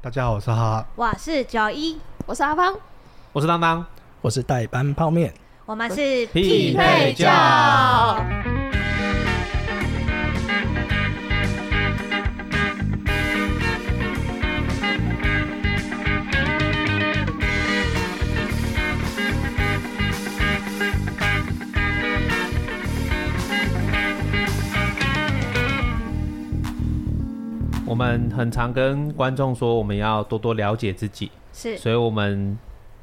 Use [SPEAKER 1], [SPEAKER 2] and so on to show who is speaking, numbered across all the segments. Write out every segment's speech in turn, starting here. [SPEAKER 1] 大家好，我是哈哈。
[SPEAKER 2] 我是九一，
[SPEAKER 3] 我是阿芳，
[SPEAKER 4] 我是当当，
[SPEAKER 5] 我是代班泡面。
[SPEAKER 2] 我们是
[SPEAKER 4] 匹配教我们很常跟观众说，我们要多多了解自己，
[SPEAKER 2] 是
[SPEAKER 4] 所以我们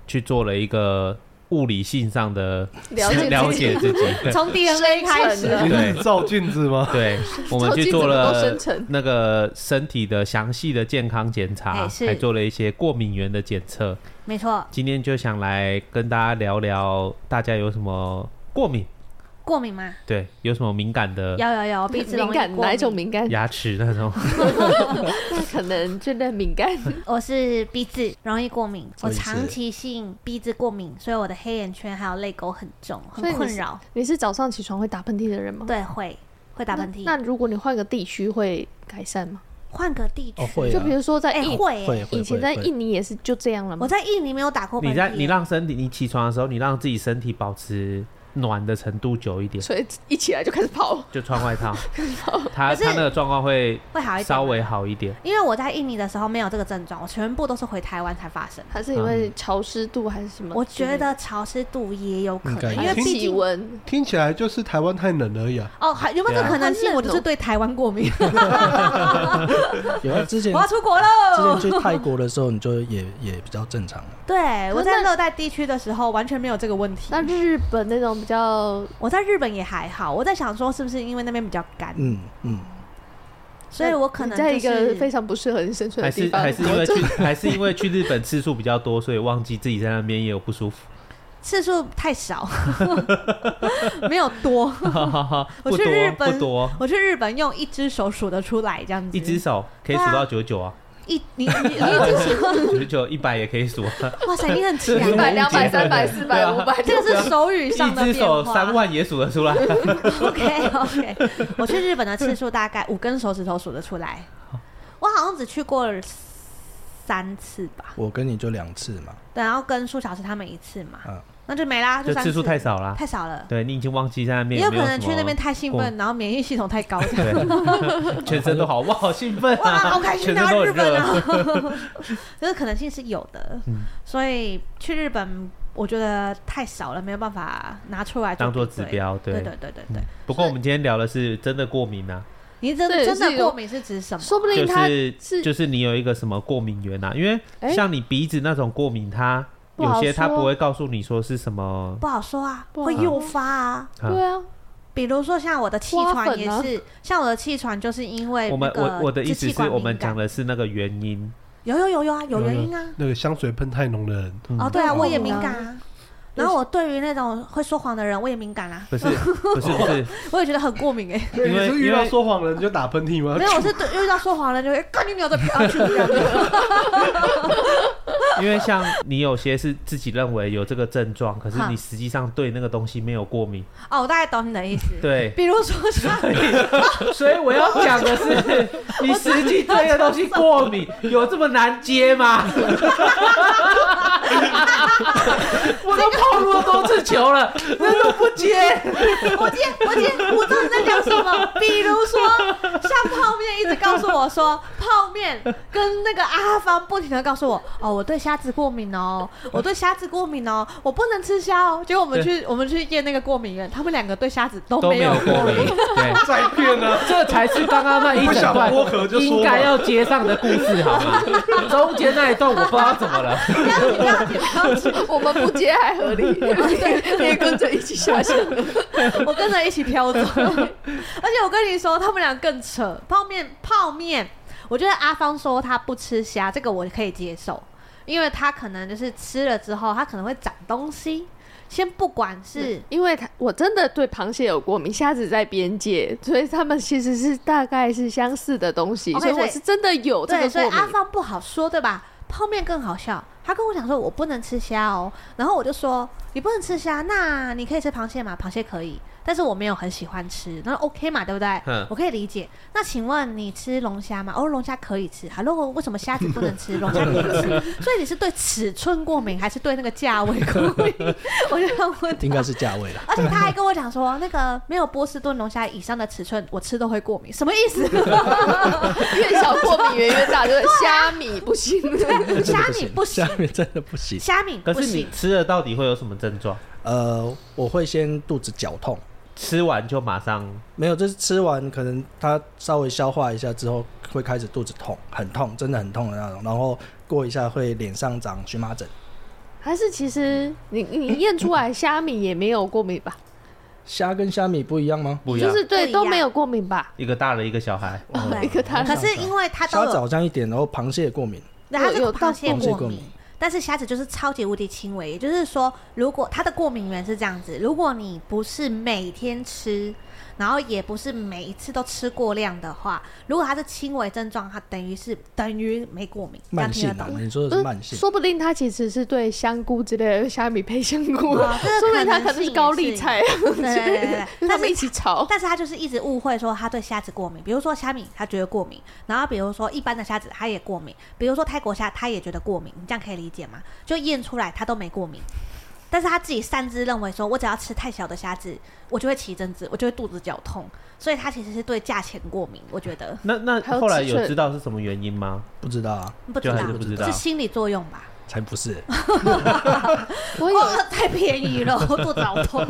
[SPEAKER 4] 去做了一个物理性上的
[SPEAKER 3] 了解自己
[SPEAKER 4] 了解自己。
[SPEAKER 2] 从 DNA 开始
[SPEAKER 3] 深沉 的，
[SPEAKER 1] 你是照镜子吗？
[SPEAKER 4] 对，我们去做
[SPEAKER 3] 超级怎么
[SPEAKER 4] 了
[SPEAKER 3] 都深沉
[SPEAKER 4] 那个身体的详细的健康检查，
[SPEAKER 2] 哎是
[SPEAKER 4] 还做了一些过敏源的检测。
[SPEAKER 2] 没错，
[SPEAKER 4] 今天就想来跟大家聊聊，大家有什么过敏？
[SPEAKER 2] 过敏吗？
[SPEAKER 4] 对，有什么敏感的
[SPEAKER 2] 有有有，我鼻子容
[SPEAKER 3] 敏
[SPEAKER 2] 易
[SPEAKER 3] 感
[SPEAKER 2] 过
[SPEAKER 3] 哪一
[SPEAKER 2] 敏
[SPEAKER 3] 种？敏感？
[SPEAKER 4] 牙齿那种？
[SPEAKER 3] 那可能真的敏感，
[SPEAKER 2] 我是鼻子容易过敏，
[SPEAKER 5] 所
[SPEAKER 2] 我
[SPEAKER 5] 以是
[SPEAKER 2] 长期性鼻子过敏，所以我的黑眼圈还有泪沟很重，
[SPEAKER 3] 所
[SPEAKER 2] 很
[SPEAKER 3] 以你
[SPEAKER 2] 困
[SPEAKER 3] 是
[SPEAKER 2] 扰。
[SPEAKER 3] 你是早上起床会打喷嚏的人吗？
[SPEAKER 2] 对，会会打喷
[SPEAKER 3] 那。
[SPEAKER 2] 嚏。
[SPEAKER 3] 那如果你换个地区会改善吗？
[SPEAKER 2] 换个地
[SPEAKER 5] 哦会
[SPEAKER 2] 区，
[SPEAKER 5] 啊
[SPEAKER 3] 就比如说在
[SPEAKER 2] 哎
[SPEAKER 3] 印，
[SPEAKER 2] 会
[SPEAKER 5] 会
[SPEAKER 2] 欸，
[SPEAKER 5] 会
[SPEAKER 3] 以前在
[SPEAKER 5] 会会
[SPEAKER 3] 印尼也是就这样了
[SPEAKER 2] 我
[SPEAKER 3] 吗？
[SPEAKER 2] 在印尼没有打过喷嚏
[SPEAKER 4] 你
[SPEAKER 2] 欸。
[SPEAKER 4] 在你让身体，你起床的时候，你让自己身体保持暖的程度 久一点，
[SPEAKER 3] 所以一起来就开始跑，
[SPEAKER 4] 就穿外套，他
[SPEAKER 2] 可是
[SPEAKER 4] 他那个状况会
[SPEAKER 2] 会好一点，
[SPEAKER 4] 稍微。好一点。
[SPEAKER 2] 因为我在印尼的时候没有这个症状，我全部都是回台湾才发生。
[SPEAKER 3] 还是因
[SPEAKER 4] 啊
[SPEAKER 3] 为潮湿度还是什么之类的？
[SPEAKER 2] 我觉得潮湿度也有可
[SPEAKER 5] 应该
[SPEAKER 2] 能，
[SPEAKER 5] 有
[SPEAKER 2] 因
[SPEAKER 3] 还
[SPEAKER 2] 为毕
[SPEAKER 3] 有气
[SPEAKER 2] 竟
[SPEAKER 3] 温，
[SPEAKER 1] 听起来就是台湾太冷而已啊。
[SPEAKER 2] 哦，还有没有这个可能
[SPEAKER 3] 对
[SPEAKER 2] 性？
[SPEAKER 3] 啊
[SPEAKER 2] 我就是对台湾过敏，
[SPEAKER 5] 有啊，之前
[SPEAKER 2] 我要出国
[SPEAKER 5] 之前
[SPEAKER 2] 喽。
[SPEAKER 5] 去泰国的时候，你就也也比较正常。
[SPEAKER 2] 对，我
[SPEAKER 3] 可
[SPEAKER 2] 在
[SPEAKER 3] 是那
[SPEAKER 2] 热带地区的时候完全没有这个问题。
[SPEAKER 3] 那日本那种比较
[SPEAKER 2] 我在日本也还好，我在想说是不是因为那边比较干，
[SPEAKER 5] 嗯嗯，
[SPEAKER 2] 所以我可能
[SPEAKER 3] 你在一
[SPEAKER 2] 就
[SPEAKER 3] 个
[SPEAKER 2] 是
[SPEAKER 3] 非常不适合你生存
[SPEAKER 4] 还
[SPEAKER 3] 的地
[SPEAKER 4] 是
[SPEAKER 3] 方，
[SPEAKER 4] 还是因为
[SPEAKER 3] 我就
[SPEAKER 4] 去还是因为去日本次数比较多，所以忘记自己在那边也有不 舒服。
[SPEAKER 2] 次数太 少，没有多。我
[SPEAKER 4] 不
[SPEAKER 2] 去日
[SPEAKER 4] 多
[SPEAKER 2] 本
[SPEAKER 4] 不多，
[SPEAKER 2] 我去日本用一只手数得出来，这样子。
[SPEAKER 4] 一只手可以数到九九啊，
[SPEAKER 2] 一你你你一
[SPEAKER 4] 九九一百也可以数啊，
[SPEAKER 2] 只哇塞，你很强啊
[SPEAKER 4] 这是
[SPEAKER 3] 一
[SPEAKER 4] 我
[SPEAKER 3] 百、
[SPEAKER 4] 误
[SPEAKER 3] 两百、
[SPEAKER 4] 解
[SPEAKER 3] 三百、四
[SPEAKER 4] 对
[SPEAKER 3] 百、
[SPEAKER 4] 啊
[SPEAKER 3] 五百，
[SPEAKER 2] 这个是手语 上
[SPEAKER 4] 一
[SPEAKER 2] 的
[SPEAKER 4] 只手
[SPEAKER 2] 变
[SPEAKER 4] 三
[SPEAKER 2] 化。
[SPEAKER 4] 万也数得出 来。
[SPEAKER 2] OK OK，我 去日本的次数大概五根手指头数得出来，我好像只去过三次吧，
[SPEAKER 5] 我跟你就两次嘛，
[SPEAKER 2] 然后跟苏小师他们一次嘛，
[SPEAKER 5] 嗯
[SPEAKER 2] 那就没啦，就
[SPEAKER 4] 这
[SPEAKER 2] 三
[SPEAKER 4] 次数太
[SPEAKER 2] 少
[SPEAKER 4] 少啦，
[SPEAKER 2] 太少了。
[SPEAKER 4] 对你已经忘记在那边
[SPEAKER 2] 也有
[SPEAKER 4] 没
[SPEAKER 2] 可
[SPEAKER 4] 有
[SPEAKER 2] 能
[SPEAKER 4] 什
[SPEAKER 2] 去那边
[SPEAKER 4] 么
[SPEAKER 2] 太兴
[SPEAKER 4] 过。
[SPEAKER 2] 奋，然后免疫系统太高
[SPEAKER 4] 对，全 身都好，哇，好兴奋
[SPEAKER 2] 哇，
[SPEAKER 4] 啊！
[SPEAKER 2] 好开心
[SPEAKER 4] 全
[SPEAKER 2] 啊！
[SPEAKER 4] 身都
[SPEAKER 2] 日
[SPEAKER 4] 很
[SPEAKER 2] 本
[SPEAKER 4] 热，嗯
[SPEAKER 2] 啊， 这个可能性是有的，所以去日本我觉得太少了，没有办法拿出来
[SPEAKER 4] 当做
[SPEAKER 2] 做
[SPEAKER 4] 指。标。
[SPEAKER 2] 对
[SPEAKER 4] 对嗯
[SPEAKER 2] 对对对对，
[SPEAKER 4] 不过我们今天聊的是真的过敏啊，
[SPEAKER 2] 你真
[SPEAKER 3] 对
[SPEAKER 2] 真
[SPEAKER 3] 是
[SPEAKER 2] 的
[SPEAKER 3] 有
[SPEAKER 2] 过敏是指什么？
[SPEAKER 3] 说不定
[SPEAKER 4] 就
[SPEAKER 3] 他
[SPEAKER 4] 是
[SPEAKER 3] 是
[SPEAKER 4] 就是你有一个什么过敏源啊，因为
[SPEAKER 3] 哎
[SPEAKER 4] 像你鼻子那种过敏，它
[SPEAKER 3] 不
[SPEAKER 4] 有
[SPEAKER 3] 好
[SPEAKER 4] 些它
[SPEAKER 3] 说
[SPEAKER 4] 不会告诉你说是什么。
[SPEAKER 2] 不好说啊，
[SPEAKER 3] 不好
[SPEAKER 2] 会
[SPEAKER 4] 嗯
[SPEAKER 3] 说
[SPEAKER 2] 诱发啊。
[SPEAKER 4] 啊
[SPEAKER 3] 对啊，
[SPEAKER 2] 比如说像我的气
[SPEAKER 3] 花
[SPEAKER 2] 喘
[SPEAKER 3] 粉
[SPEAKER 2] 也
[SPEAKER 3] 啊
[SPEAKER 2] 是，像我的气喘就是因为
[SPEAKER 4] 我们
[SPEAKER 2] 哎那个
[SPEAKER 4] 我我的意
[SPEAKER 2] 支
[SPEAKER 4] 思
[SPEAKER 2] 气
[SPEAKER 4] 是
[SPEAKER 2] 管
[SPEAKER 4] 我们
[SPEAKER 2] 敏感
[SPEAKER 4] 讲的是那个原因，
[SPEAKER 2] 有有有有啊，有
[SPEAKER 1] 有
[SPEAKER 2] 原
[SPEAKER 1] 有
[SPEAKER 2] 因啊。
[SPEAKER 1] 那个香水喷太浓的人，
[SPEAKER 2] 哦，对啊，
[SPEAKER 3] 嗯
[SPEAKER 2] 我也敏感啊。然后我对于那种会说谎的人，我也敏感啊啦，
[SPEAKER 4] 不是不是不是，
[SPEAKER 2] 我也觉得很过 敏哎。
[SPEAKER 1] 你
[SPEAKER 4] 因为
[SPEAKER 1] 是遇到说谎人就打喷嚏吗
[SPEAKER 4] 哦
[SPEAKER 2] 没？有，我是对遇到说谎的人 就会干你鸟的啊去这样子。
[SPEAKER 4] 因为像你有些是自己认为有这个症状，可是
[SPEAKER 2] 哈
[SPEAKER 4] 你实际上对那个东西没有过 敏，
[SPEAKER 2] 哦，我大概懂你的意思。
[SPEAKER 4] 对，
[SPEAKER 2] 比如说 像
[SPEAKER 4] 所以我要讲的是，你实际对的东西过 敏，有这么难接吗？ 我都碰那么多次球了，那都不接。
[SPEAKER 2] 我今天我今天我知道你在讲什么，比如说像泡面一直告诉我说，泡面跟那个阿芳不停的告诉我，哦，我对虾子过敏哦， 我对虾子过敏哦，我不能吃虾哦。结果我们去我们去验那个过敏源，他们两个对虾子都
[SPEAKER 4] 都
[SPEAKER 2] 没
[SPEAKER 4] 没有
[SPEAKER 2] 有
[SPEAKER 4] 过
[SPEAKER 2] 敏。
[SPEAKER 4] 敏，对，
[SPEAKER 1] 再骗啊呢？
[SPEAKER 4] 这才是刚刚那一整段
[SPEAKER 1] 不想剥壳就说嘛
[SPEAKER 4] 应该要接上的故事，好 吗？中间那一段我不知道怎么了，
[SPEAKER 2] 不要紧不要紧不要紧，
[SPEAKER 3] 我们不接还合理，你也跟着一起下线。
[SPEAKER 2] 我跟着一起飘走。而且我跟你说，他们俩更扯，泡面泡面。我觉得阿芳说她不吃虾，这个我可以接受，因为她可能就是吃了之后，她可能会长东西。先不管是
[SPEAKER 3] 因为他我真的对螃蟹有过敏，虾子在边界，所以他们其实是大概是相似的东西
[SPEAKER 2] OK，
[SPEAKER 3] 所以
[SPEAKER 2] 所
[SPEAKER 3] 我
[SPEAKER 2] 以
[SPEAKER 3] 是真的有这
[SPEAKER 2] 对，
[SPEAKER 3] 个
[SPEAKER 2] 所以
[SPEAKER 3] 过
[SPEAKER 2] 阿
[SPEAKER 3] 敏。
[SPEAKER 2] 芳不好说，对吧？泡面更好笑。她跟我讲说，我不能吃虾哦，然后我就说你不能吃虾，那你可以吃螃蟹吗？螃蟹可以。但是我没有很喜欢吃，那 OK 嘛，对不对
[SPEAKER 4] 嗯？
[SPEAKER 2] 我可以理解。那请问你吃龙虾吗？哦，龙虾可以吃。Hello，为什么虾子不能 吃，龙虾可以吃？所以你是对尺寸过敏，还是对那个价位过敏？ 我就想问
[SPEAKER 5] 应
[SPEAKER 2] 他
[SPEAKER 5] 该。是价 位了。
[SPEAKER 2] 而且他还跟我讲说，那个没有波士顿龙虾以上的尺寸，我吃都会过敏，什么意思？
[SPEAKER 3] 越小过敏源越大，对不对，虾米不行。
[SPEAKER 5] 真的
[SPEAKER 2] 虾米不行
[SPEAKER 5] 虾，米真的不行。
[SPEAKER 2] 虾米
[SPEAKER 4] 可
[SPEAKER 2] 不
[SPEAKER 4] 是你
[SPEAKER 2] 行，
[SPEAKER 4] 吃了到底会有什么症状？
[SPEAKER 5] 呃，我会先肚子绞痛，
[SPEAKER 4] 吃完就马上
[SPEAKER 5] 没有，就是吃完可能它稍微消化一下之后，会开始肚子痛，很痛，真的很痛的那种。然后过一下会脸上长荨麻疹，
[SPEAKER 3] 还是其实你你验出来虾米也没有过敏吧？
[SPEAKER 5] 虾跟虾米不一样吗？
[SPEAKER 4] 不一
[SPEAKER 3] 就
[SPEAKER 4] 样，
[SPEAKER 3] 是
[SPEAKER 2] 不
[SPEAKER 3] 对
[SPEAKER 2] 一样
[SPEAKER 3] 都没有过敏吧？
[SPEAKER 4] 一个大人一个小孩。
[SPEAKER 2] 对
[SPEAKER 3] 哦一个大
[SPEAKER 2] 可
[SPEAKER 3] 人
[SPEAKER 2] 是因为他都
[SPEAKER 5] 虾子
[SPEAKER 2] 有
[SPEAKER 5] 好像一点，然后螃蟹过敏，
[SPEAKER 2] 那它
[SPEAKER 3] 有
[SPEAKER 2] 是
[SPEAKER 3] 有
[SPEAKER 2] 螃
[SPEAKER 3] 到
[SPEAKER 2] 蟹
[SPEAKER 5] 螃蟹
[SPEAKER 2] 过
[SPEAKER 5] 过
[SPEAKER 2] 敏
[SPEAKER 5] 敏，
[SPEAKER 2] 但是虾子就是超级无敌轻微，也就是说，如果它的过敏源是这样子，如果你不是每天吃，然后也不是每一次都吃过量的话，如果它是轻微症状，它等于是等于没过敏，这样
[SPEAKER 5] 慢
[SPEAKER 2] 听
[SPEAKER 5] 性
[SPEAKER 2] 得
[SPEAKER 5] 啊
[SPEAKER 2] 懂？，
[SPEAKER 5] 你说的
[SPEAKER 3] 不
[SPEAKER 5] 是
[SPEAKER 3] 是
[SPEAKER 5] 慢性，
[SPEAKER 3] 呃说不定他其实是对香菇之类的虾米配香菇，
[SPEAKER 2] 啊这个
[SPEAKER 3] 说不定他
[SPEAKER 2] 可能
[SPEAKER 3] 可
[SPEAKER 2] 性
[SPEAKER 3] 能
[SPEAKER 2] 也
[SPEAKER 3] 是
[SPEAKER 2] 是
[SPEAKER 3] 高丽菜啊
[SPEAKER 2] 对对对 对对
[SPEAKER 3] 因为他
[SPEAKER 2] 但
[SPEAKER 3] 们
[SPEAKER 2] 是。
[SPEAKER 3] 一起炒。
[SPEAKER 2] 哦但是他就是一直误会说他对虾子过敏，比如说虾米，他觉得过敏，然后比如说一般的虾子他也过敏，比如说泰国虾他也觉得过敏，你这样可以理解吗？就验出来他都没过敏，但是他自己擅自认为说，我只要吃太小的虾子，我就会起疹子，我就会肚子绞痛，所以他其实是对价钱过敏，我觉得
[SPEAKER 4] 那那
[SPEAKER 3] 还有
[SPEAKER 4] 后来
[SPEAKER 3] 尺
[SPEAKER 4] 有
[SPEAKER 3] 寸
[SPEAKER 4] 知道是什么原因吗？
[SPEAKER 5] 不知道啊，
[SPEAKER 2] 不知
[SPEAKER 4] 就
[SPEAKER 2] 道
[SPEAKER 4] 还是不知道
[SPEAKER 2] 是心理作用吧？
[SPEAKER 5] 才不是。
[SPEAKER 3] 我有
[SPEAKER 2] 哦，太便宜了，我肚子好 痛。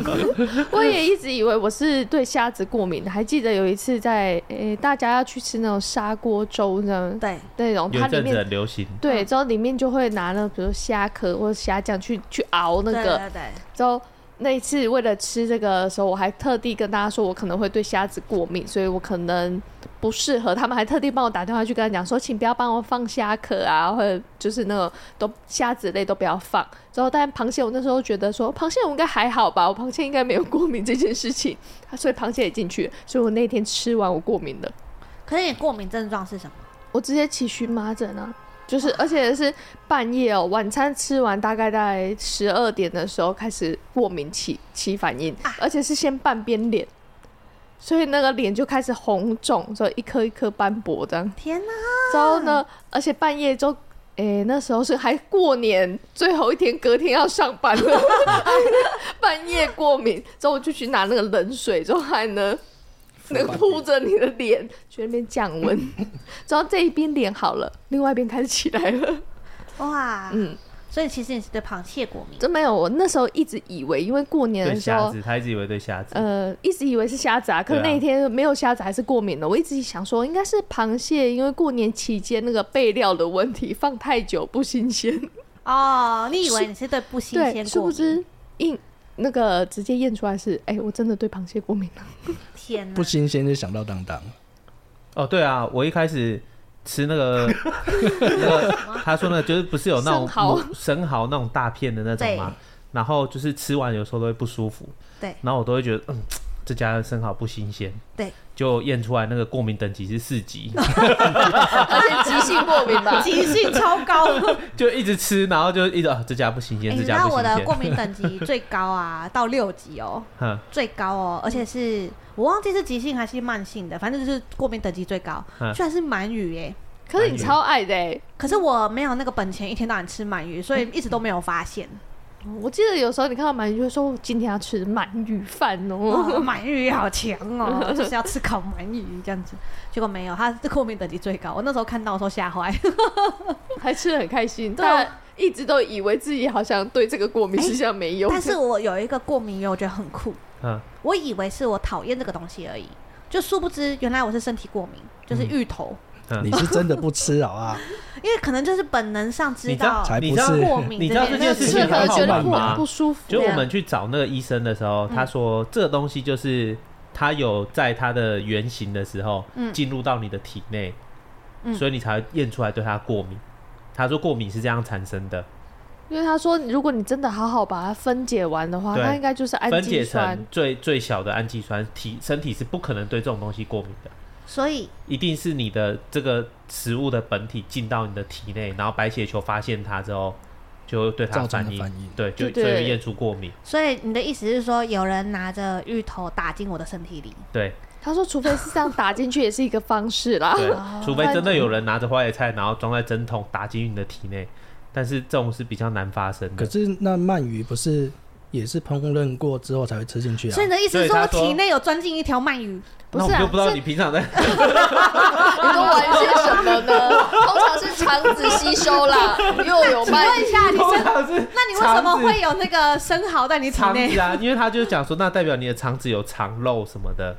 [SPEAKER 3] 我也一直以为我是对虾子过敏的，还记得有一次在诶、大家要去吃那种砂锅粥呢，
[SPEAKER 2] 对，
[SPEAKER 3] 那种
[SPEAKER 4] 有
[SPEAKER 3] 它里
[SPEAKER 4] 一阵子
[SPEAKER 3] 面
[SPEAKER 4] 很流行，
[SPEAKER 3] 对，之后里面就会拿那种比如说虾壳或者虾酱去去熬那
[SPEAKER 2] 对
[SPEAKER 3] 个，
[SPEAKER 2] 对对。
[SPEAKER 3] 之后那一次为了吃这个的时候，我还特地跟大家说我可能会对虾子过敏，所以我可能不适合。他们还特地帮我打电话去跟他讲说，请不要帮我放虾壳啊，或者就是那种都虾子类都不要放。之后，但螃蟹我那时候觉得说，螃蟹我应该还好吧，我螃蟹应该没有过敏这件事情， 所以螃蟹也进去了。所以我那天吃完我过敏了，
[SPEAKER 2] 可是你过敏症状是什么？
[SPEAKER 3] 我直接起荨麻疹啊。就是，而且是半夜哦，晚餐吃完大概在十二点的时候开始过敏起起反应，
[SPEAKER 2] 啊
[SPEAKER 3] 而且是先半边脸，所以那个脸就开始红肿，所以一颗一颗斑驳这样。
[SPEAKER 2] 天哪！
[SPEAKER 3] 之后呢，而且半夜就，诶、那时候是还过年最后一天，隔天要上班 了，半夜过敏，之后我就去拿那个冷水，之后还呢。那个铺着你的脸，去那边降 温，之后这一边脸好了，另外一边开始起来了。
[SPEAKER 2] 哇，
[SPEAKER 3] 嗯，
[SPEAKER 2] 所以其实你是对螃蟹过敏。
[SPEAKER 3] 真没有，我那时候一直以为，因为过年的
[SPEAKER 4] 对
[SPEAKER 3] 时
[SPEAKER 4] 虾
[SPEAKER 3] 候，
[SPEAKER 4] 子，他一直以为对虾子。
[SPEAKER 3] 呃，一直以为是虾子啊，可是
[SPEAKER 4] 对啊
[SPEAKER 3] 那一天没有虾子，还是过敏了。我一直想说，应该是螃蟹，因为过年期间那个备料的问题，放太久不新鲜。
[SPEAKER 2] 哦，你以为你是对不新
[SPEAKER 3] 对，
[SPEAKER 2] 鲜
[SPEAKER 3] 殊
[SPEAKER 2] 过
[SPEAKER 3] 不
[SPEAKER 2] 敏？
[SPEAKER 3] 知硬那个直接验出来是，哎、我真的对螃蟹过敏了。
[SPEAKER 2] 天哪
[SPEAKER 5] 不！新鲜就想到当当，
[SPEAKER 4] 哦，对啊，我一开始吃 那个那个，他说呢，就是不是有那
[SPEAKER 3] 生
[SPEAKER 4] 种
[SPEAKER 3] 蚝
[SPEAKER 4] 母生蚝那种大片的那种吗？然后就是吃完有时候都会不舒服，
[SPEAKER 2] 对
[SPEAKER 4] 然后我都会觉得，嗯，这家的生蚝不新鲜，
[SPEAKER 2] 对，，
[SPEAKER 4] 就验出来那个过敏等级是四级，
[SPEAKER 3] 而且急性过敏吧
[SPEAKER 2] 急性超高。
[SPEAKER 4] 就一直吃，然后就一直、啊、这家不新
[SPEAKER 2] 哎
[SPEAKER 4] 鲜，
[SPEAKER 2] 你
[SPEAKER 4] 这
[SPEAKER 2] 知
[SPEAKER 4] 家
[SPEAKER 2] 道
[SPEAKER 4] 不
[SPEAKER 2] 我
[SPEAKER 4] 新
[SPEAKER 2] 的
[SPEAKER 4] 鲜
[SPEAKER 2] 过，敏等级最高啊，到六级哦，
[SPEAKER 4] 哼，
[SPEAKER 2] 最高哦，而且是我忘记是急性还是慢性的，反正就是过敏等级最高
[SPEAKER 4] 嗯，
[SPEAKER 2] 居然是鳗鱼哎。
[SPEAKER 3] 可是你超爱的、哎
[SPEAKER 2] 可是我没有那个本钱，一天到晚吃鳗鱼，所以一直都没有发现。
[SPEAKER 3] 我记得有时候你看到鳗鱼，就会说我今天要吃鳗鱼饭哦。
[SPEAKER 2] 哦鳗鱼好强哦， 就是要吃烤鳗鱼这样子。结果没有，它是过敏等级最高。我那时候看到的时候吓坏。
[SPEAKER 3] 还吃的很开心，
[SPEAKER 2] 对啊
[SPEAKER 3] 但一直都以为自己好像对这个过敏，实际上没有。
[SPEAKER 2] 但是我有一个过敏源，我觉得很酷。
[SPEAKER 4] 嗯，
[SPEAKER 2] 我以为是我讨厌这个东西而已，就殊不知原来我是身体过敏，就是芋头，
[SPEAKER 4] 嗯
[SPEAKER 5] 你是真的不吃好啊？
[SPEAKER 2] 因为可能就是本能上知
[SPEAKER 4] 你知道
[SPEAKER 2] 道
[SPEAKER 5] 才不
[SPEAKER 4] 你知道
[SPEAKER 5] 是。
[SPEAKER 2] 过敏
[SPEAKER 4] 你
[SPEAKER 2] 这
[SPEAKER 4] 知道
[SPEAKER 2] 件
[SPEAKER 4] 这件
[SPEAKER 2] 事
[SPEAKER 4] 事
[SPEAKER 3] 是
[SPEAKER 4] 情
[SPEAKER 3] 可能
[SPEAKER 4] 很
[SPEAKER 3] 觉
[SPEAKER 4] 好
[SPEAKER 3] 得
[SPEAKER 4] 玩
[SPEAKER 3] 不
[SPEAKER 4] 吗
[SPEAKER 3] 不？舒服，啊
[SPEAKER 4] 就我们去找那个医生的时
[SPEAKER 3] 嗯
[SPEAKER 4] 候，他说这个东西就是它有在它的原型的时候
[SPEAKER 2] 嗯
[SPEAKER 4] 进入到你的体内，
[SPEAKER 2] 嗯
[SPEAKER 4] 所以你才会验出来对它过敏。他说过敏是这样产生的，
[SPEAKER 3] 因为他说，如果你真的好好把它分解完的话，
[SPEAKER 4] 对
[SPEAKER 3] 它应该就是氨
[SPEAKER 4] 分
[SPEAKER 3] 基
[SPEAKER 4] 解
[SPEAKER 3] 酸
[SPEAKER 4] 成。最最小的氨基酸，体身体是不可能对这种东西过敏的，
[SPEAKER 2] 所以
[SPEAKER 4] 一定是你的这个食物的本体进到你的体内，然后白血球发现它之后嗯就会对它
[SPEAKER 5] 造成
[SPEAKER 4] 反
[SPEAKER 5] 的
[SPEAKER 4] 应，
[SPEAKER 5] 反应
[SPEAKER 4] 对，
[SPEAKER 3] 对
[SPEAKER 4] 就
[SPEAKER 3] 对
[SPEAKER 4] 所以验出过敏，
[SPEAKER 2] 所以你的意思是说，有人拿着芋头打进我的身体里？
[SPEAKER 4] 对
[SPEAKER 3] 他说，除非是这样打进去，也是一个方式啦。
[SPEAKER 4] 对，
[SPEAKER 2] 哦
[SPEAKER 4] 除非真的有人拿着花椰菜，然后装在针筒打进你的体内，但是这种是比较难发生
[SPEAKER 5] 可
[SPEAKER 4] 的。
[SPEAKER 5] 是那鳗鱼不是也是烹饪过之后才会吃进去啊
[SPEAKER 2] 所以？你的意思是说
[SPEAKER 4] 对
[SPEAKER 2] 我
[SPEAKER 4] 他说
[SPEAKER 2] 体内有钻进一条鳗鱼？
[SPEAKER 3] 不
[SPEAKER 4] 那我
[SPEAKER 3] 是啊，
[SPEAKER 4] 就不知道
[SPEAKER 3] 是
[SPEAKER 4] 你平常在
[SPEAKER 3] 你都玩些什么呢？通常是肠子吸收啦，又有
[SPEAKER 2] 请问
[SPEAKER 3] 卖
[SPEAKER 2] 一下，你
[SPEAKER 4] 通
[SPEAKER 2] 是
[SPEAKER 4] 常是
[SPEAKER 2] 那你为什么会有那个生蚝在你 体
[SPEAKER 4] 肠
[SPEAKER 2] 内
[SPEAKER 4] 子？啊？因为他就是讲说，那代表你的肠子有肠漏什么的，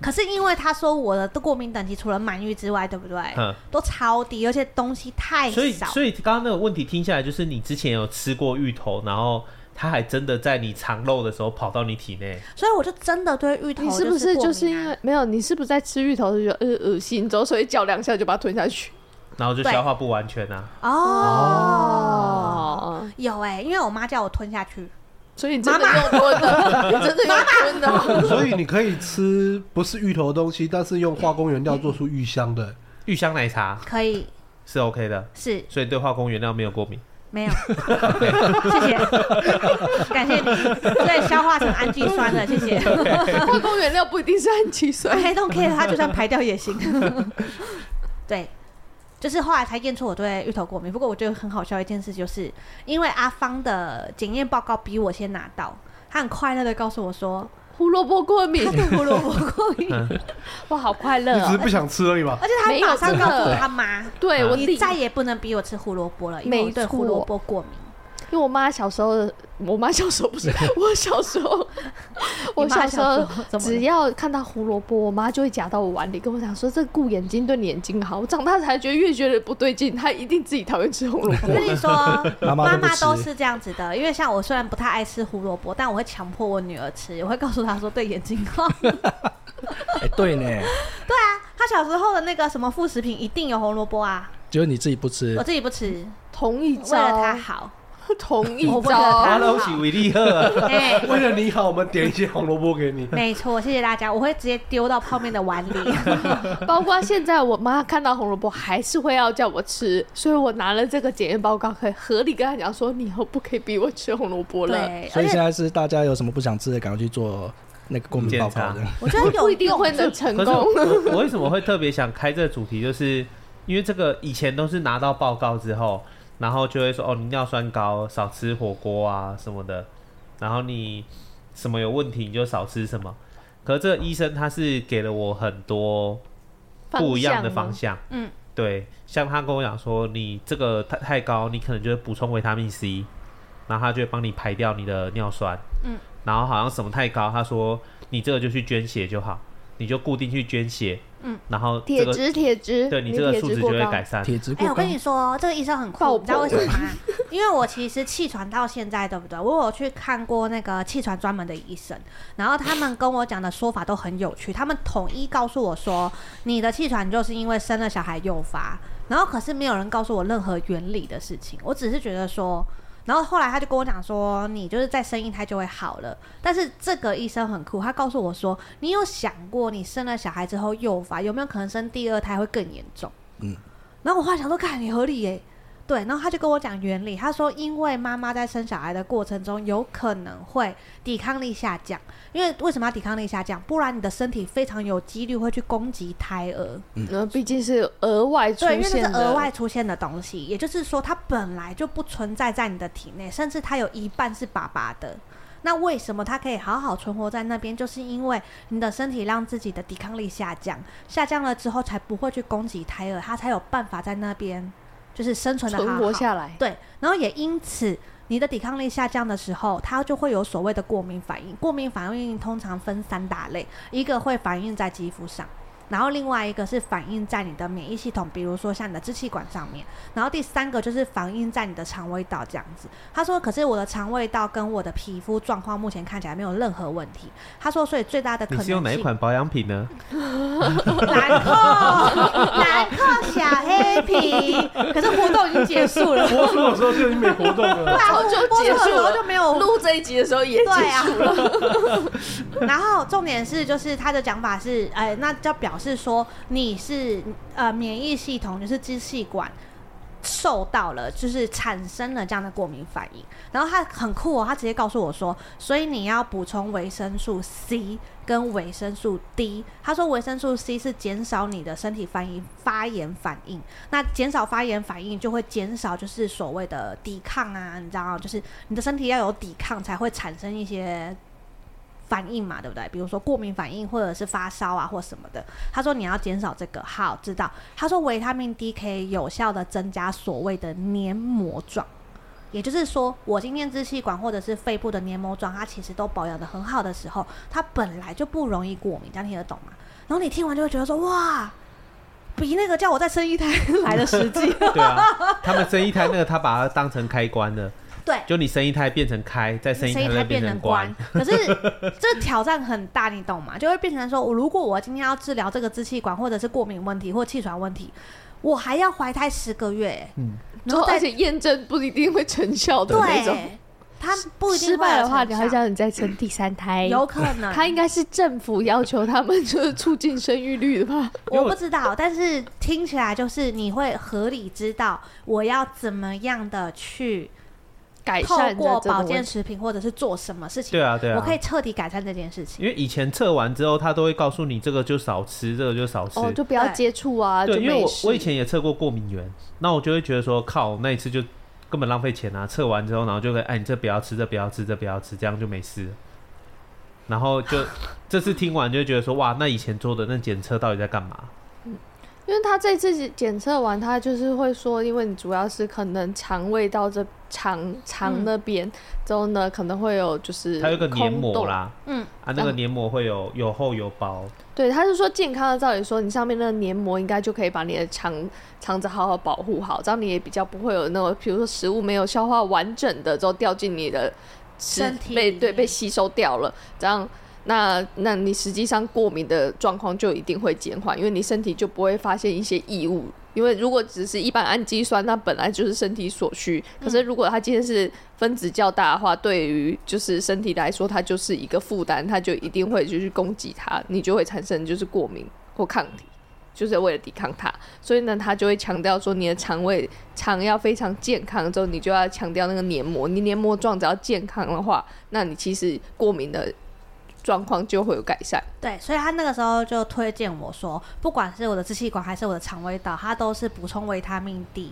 [SPEAKER 2] 可是因为他说我的过敏等级除了鳗鱼之外，对不对？
[SPEAKER 4] 嗯，
[SPEAKER 2] 都超低，而且东西太
[SPEAKER 4] 所以
[SPEAKER 2] 哎少。
[SPEAKER 4] 所以刚刚那个问题听下来，就是你之前有吃过芋头，然后它还真的在你肠漏的时候跑到你体内，
[SPEAKER 2] 所以我就真的对芋头、
[SPEAKER 3] 你是不是
[SPEAKER 2] 啊
[SPEAKER 3] 就是因为没有？你是不是在吃芋头就觉得呃恶心，之后所以嚼两下就把它吞下去？
[SPEAKER 4] 然后就
[SPEAKER 2] 对
[SPEAKER 4] 消化不完全啊。
[SPEAKER 2] 哦？
[SPEAKER 3] 哦，
[SPEAKER 2] 有哎、因为我妈叫我吞下去，
[SPEAKER 3] 所以你真的用吞的， 你真的用吞的。
[SPEAKER 1] 所以你可以吃不是芋头的东西，但是用化工原料做出芋香的。
[SPEAKER 4] 芋香奶茶
[SPEAKER 2] 可以
[SPEAKER 4] 是 OK 的，
[SPEAKER 2] 是
[SPEAKER 4] 所以对化工原料没有过敏。
[SPEAKER 2] 没有，谢谢，感谢你，对，消化成氨基酸的，谢谢。
[SPEAKER 3] 化工原料不一定是氨基酸，
[SPEAKER 2] I don't care，它就算排掉也行。对，就是后来才验出我对芋头过敏。不过我觉得很好笑的一件事，就是因为阿芳的检验报告比我先拿到，他很快乐的告诉我说
[SPEAKER 3] 胡萝卜过敏
[SPEAKER 2] 他，对胡萝卜过敏，
[SPEAKER 3] 哇，好快乐
[SPEAKER 1] 你只是
[SPEAKER 3] 哦！
[SPEAKER 1] 不想吃而已吧？
[SPEAKER 2] 而且他马上告诉他妈，
[SPEAKER 3] 对我
[SPEAKER 2] 你
[SPEAKER 3] 立
[SPEAKER 2] 再也不能逼我吃胡萝卜了，因为我对胡萝卜过敏。
[SPEAKER 3] 因为我妈小时候的，我妈小时候不是我小时候，我
[SPEAKER 2] 你妈
[SPEAKER 3] 小
[SPEAKER 2] 想
[SPEAKER 3] 时候
[SPEAKER 2] 说怎么
[SPEAKER 3] 只
[SPEAKER 2] 了
[SPEAKER 3] 要看到胡萝卜，我妈就会夹到我碗里，跟我讲说这顾眼睛对你眼睛好。我长大才觉得越觉得不对劲，她一定自己讨厌吃胡萝卜
[SPEAKER 2] 我。跟你说，妈
[SPEAKER 5] 妈妈都不吃
[SPEAKER 2] 都是这样子的，因为像我虽然不太爱吃胡萝卜，但我会强迫我女儿吃，我会告诉她说对眼睛好。
[SPEAKER 5] 哎、对呢，
[SPEAKER 2] 她小时候的那个什么副食品一定有胡萝卜啊，
[SPEAKER 5] 只有你自己 不吃
[SPEAKER 2] 我，自己不吃，
[SPEAKER 3] 同一
[SPEAKER 2] 为了她
[SPEAKER 3] 招，
[SPEAKER 2] 好。
[SPEAKER 3] 同一
[SPEAKER 2] 我为了
[SPEAKER 3] 招
[SPEAKER 2] 她，
[SPEAKER 4] 哈喽，喜维利赫，
[SPEAKER 2] 哎、
[SPEAKER 1] 为了你好，我们点一些红萝卜给你。
[SPEAKER 2] 没错，谢谢大家，我会直接丢到泡面的碗里。
[SPEAKER 3] 包括现在我妈看到红萝卜还是会要叫我吃，所以我拿了这个检验报告，可以合理跟她讲说，你以后不可以逼 我吃红萝卜了。
[SPEAKER 2] 对，
[SPEAKER 5] 所
[SPEAKER 2] 而
[SPEAKER 5] 以现
[SPEAKER 2] 且
[SPEAKER 5] 在是大家有什么不想吃的，赶快去做那个过敏报告的
[SPEAKER 4] 检。
[SPEAKER 2] 我觉得有
[SPEAKER 3] 不一定
[SPEAKER 2] 用
[SPEAKER 3] 会能成
[SPEAKER 4] 可是
[SPEAKER 3] 功。
[SPEAKER 4] 我我为什么会特别想开这个主题，就是因为这个以前都是拿到报告之后，然后就会说哦，你尿酸高，少吃火锅啊什么的，然后你什么有问题你就少吃什么。可是这个医生他是给了我很多不一样的方
[SPEAKER 3] 吗
[SPEAKER 4] 向。
[SPEAKER 2] 嗯，
[SPEAKER 4] 对，像他跟我讲说，你这个太太高，你可能就会补充维他命 C，然后他就会帮你排掉你的尿酸。
[SPEAKER 2] 嗯，
[SPEAKER 4] 然后好像什么太高，他说你这个就去捐血就好，你就固定去捐血。
[SPEAKER 2] 嗯，
[SPEAKER 4] 然后这
[SPEAKER 3] 铁
[SPEAKER 4] 个
[SPEAKER 3] 质，铁质，
[SPEAKER 4] 对你
[SPEAKER 3] 的
[SPEAKER 4] 这个
[SPEAKER 3] 铁
[SPEAKER 4] 数
[SPEAKER 3] 质
[SPEAKER 4] 值就
[SPEAKER 3] 过
[SPEAKER 4] 会
[SPEAKER 3] 高
[SPEAKER 4] 改善。
[SPEAKER 5] 铁质
[SPEAKER 2] 哎、
[SPEAKER 5] 过
[SPEAKER 2] 我
[SPEAKER 5] 高
[SPEAKER 2] 跟，你说，这个医生很酷，
[SPEAKER 3] 爆
[SPEAKER 2] 你知道为什么吗？因为我其实气喘到现在，对不对？我有去看过那个气喘专门的医生，然后他们跟我讲的说法都很有趣，他们统一告诉我说，你的气喘就是因为生了小孩诱发，然后可是没有人告诉我任何原理的事情，我只是觉得说。然后后来他就跟我讲说，你就是再生一胎就会好了。但是这个医生很酷，他告诉我说，你有想过你生了小孩之后诱发有没有可能生第二胎会更严重？然后我后来想说，看也合理耶。对，然后他就跟我讲原理，他说因为妈妈在生小孩的过程中有可能会抵抗力下降，因为为什么要抵抗力下降？不然你的身体非常有几率会去攻击胎儿，
[SPEAKER 3] 那嗯毕竟是额外出
[SPEAKER 2] 对，因为那
[SPEAKER 3] 现
[SPEAKER 2] 是额
[SPEAKER 3] 的，
[SPEAKER 2] 外出现的东西，也就是说它本来就不存在在你的体内，甚至它有一半是爸爸的。那为什么它可以好好存活在那边？就是因为你的身体让自己的抵抗力下降，下降了之后才不会去攻击胎儿，它才有办法在那边就是生存的好
[SPEAKER 3] 存
[SPEAKER 2] 好
[SPEAKER 3] 活。下来。
[SPEAKER 2] 对，然后也因此，你的抵抗力下降的时候，它就会有所谓的过敏反应。过敏反应通常分三大类，一个会反映在肌肤上。然后另外一个是反映在你的免疫系统，比如说像你的支气管上面，然后第三个就是反映在你的肠胃道这样子。他说，可是我的肠胃道跟我的皮肤状况目前看起来没有任何问题。他说，所以最大的可
[SPEAKER 4] 你
[SPEAKER 2] 能
[SPEAKER 4] 是
[SPEAKER 2] 性
[SPEAKER 4] 用哪一款保养品呢？
[SPEAKER 2] 兰 蔻，兰蔻小黑啤，可是活动已经结束了。
[SPEAKER 1] 我说我说就已经没活动了。
[SPEAKER 3] 早就结束
[SPEAKER 2] 然后
[SPEAKER 3] 了
[SPEAKER 2] 啊就没有
[SPEAKER 3] 录这一集的时候也结
[SPEAKER 2] 对
[SPEAKER 3] 束了，
[SPEAKER 2] 啊。 然后重点是，就是他的讲法是，哎、那就表示说你是呃免疫系统，就是支气管。受到了，就是产生了这样的过敏反应。然后他很酷哦，他直接告诉我说，所以你要补充维生素 C 跟维生素 D。他说维生素 C 是减少你的身体反应发炎反应，那减少发炎反应就会减少就是所谓的抵抗啊，你知道吗，就是你的身体要有抵抗才会产生一些。反应嘛，对不对？比如说过敏反应，或者是发烧啊，或什么的。他说你要减少这个，好，知道。他说维他命 D 可以有效的增加所谓的黏膜状，也就是说，我今天支气管或者是肺部的黏膜状，它其实都保养的很好的时候，它本来就不容易过敏，这样听得懂吗？然后你听完就会觉得说，哇，比那个叫我再生一胎 来的实际。
[SPEAKER 4] 对啊，他们生一胎那个，他把它当成开关的，
[SPEAKER 2] 对，
[SPEAKER 4] 就你生一胎变成开，再生一
[SPEAKER 2] 生意
[SPEAKER 4] 胎
[SPEAKER 2] 才
[SPEAKER 4] 再
[SPEAKER 2] 变
[SPEAKER 4] 成
[SPEAKER 2] 成关。可是这挑战很大，你懂吗？就会变成说，我如果我今天要治疗这个支气管或者是过敏问题或气喘问题，我还要怀胎十个月、欸，
[SPEAKER 1] 嗯
[SPEAKER 2] 然后
[SPEAKER 3] 而
[SPEAKER 2] 再
[SPEAKER 3] 且验证不一定会成效的那种。
[SPEAKER 2] 对，他不一定
[SPEAKER 3] 失
[SPEAKER 2] 会有
[SPEAKER 3] 败的话，
[SPEAKER 2] 成
[SPEAKER 3] 你还
[SPEAKER 2] 效
[SPEAKER 3] 叫你再生第三胎，
[SPEAKER 2] 有可能，
[SPEAKER 3] 他应该是政府要求他们就是促进生育率的 吧？
[SPEAKER 2] 我不知道，但是听起来就是你会合理知道我要怎么样的去
[SPEAKER 3] 改
[SPEAKER 2] 透
[SPEAKER 3] 善
[SPEAKER 2] 过
[SPEAKER 3] 的这个
[SPEAKER 2] 保
[SPEAKER 3] 问
[SPEAKER 2] 健
[SPEAKER 3] 题
[SPEAKER 2] 食品或者是做什么事情，
[SPEAKER 4] 对啊，对啊。
[SPEAKER 2] 我可以彻底改善这件事情。
[SPEAKER 4] 因为以前测完之后，他都会告诉你这个就少吃，这个就少吃。
[SPEAKER 3] 哦，就不要
[SPEAKER 2] 对
[SPEAKER 3] 接触啊，就
[SPEAKER 4] 对，因为
[SPEAKER 3] 没
[SPEAKER 4] 我
[SPEAKER 3] 事。
[SPEAKER 4] 我以前也测过过敏源，那我就会觉得说，靠，那一次就根本浪费钱啊！测完之后，然后就会，哎，你这不要吃，这不要吃，这不要吃，这样就没事了。然后 就这次听完就会觉得说，哇，那以前做的那检测到底在干嘛？
[SPEAKER 3] 因为他这次检测完，他就是会说，因为你主要是可能肠胃到这肠肠
[SPEAKER 2] 嗯
[SPEAKER 3] 那边之后呢，可能会有就是
[SPEAKER 4] 它有一个黏
[SPEAKER 3] 空
[SPEAKER 4] 膜
[SPEAKER 3] 洞。
[SPEAKER 4] 啦，
[SPEAKER 2] 嗯，
[SPEAKER 4] 啊，那个
[SPEAKER 3] 嗯
[SPEAKER 4] 黏膜会有有厚有薄，
[SPEAKER 3] 对，他是说健康的，照理说你上面那个黏膜应该就可以把你的肠肠子好好保护好，这样你也比较不会有那种，比如说食物没有消化完整的之后掉进你的食
[SPEAKER 2] 身体
[SPEAKER 3] 被
[SPEAKER 2] 里
[SPEAKER 3] 对被
[SPEAKER 2] 面
[SPEAKER 3] 吸收掉了，这样那那你实际上过敏的状况就一定会减缓，因为你身体就不会发现一些异物。因为如果只是一般氨基酸，那本来就是身体所需。可
[SPEAKER 2] 嗯
[SPEAKER 3] 是如果它今天是分子较大的话，对于就是身体来说，它就是一个负担，它就一定会就是攻击它，你就会产生就是过敏或抗体，就是为了抵抗它。所以呢，他就会强调说，你的肠胃肠要非常健康之后，你就要强调那个黏膜，你黏膜状只要健康的话，那你其实过敏的状况就会有改善。
[SPEAKER 2] 对，所以他那个时候就推荐我说，不管是我的支气管还是我的肠胃道，它都是补充维他命 D，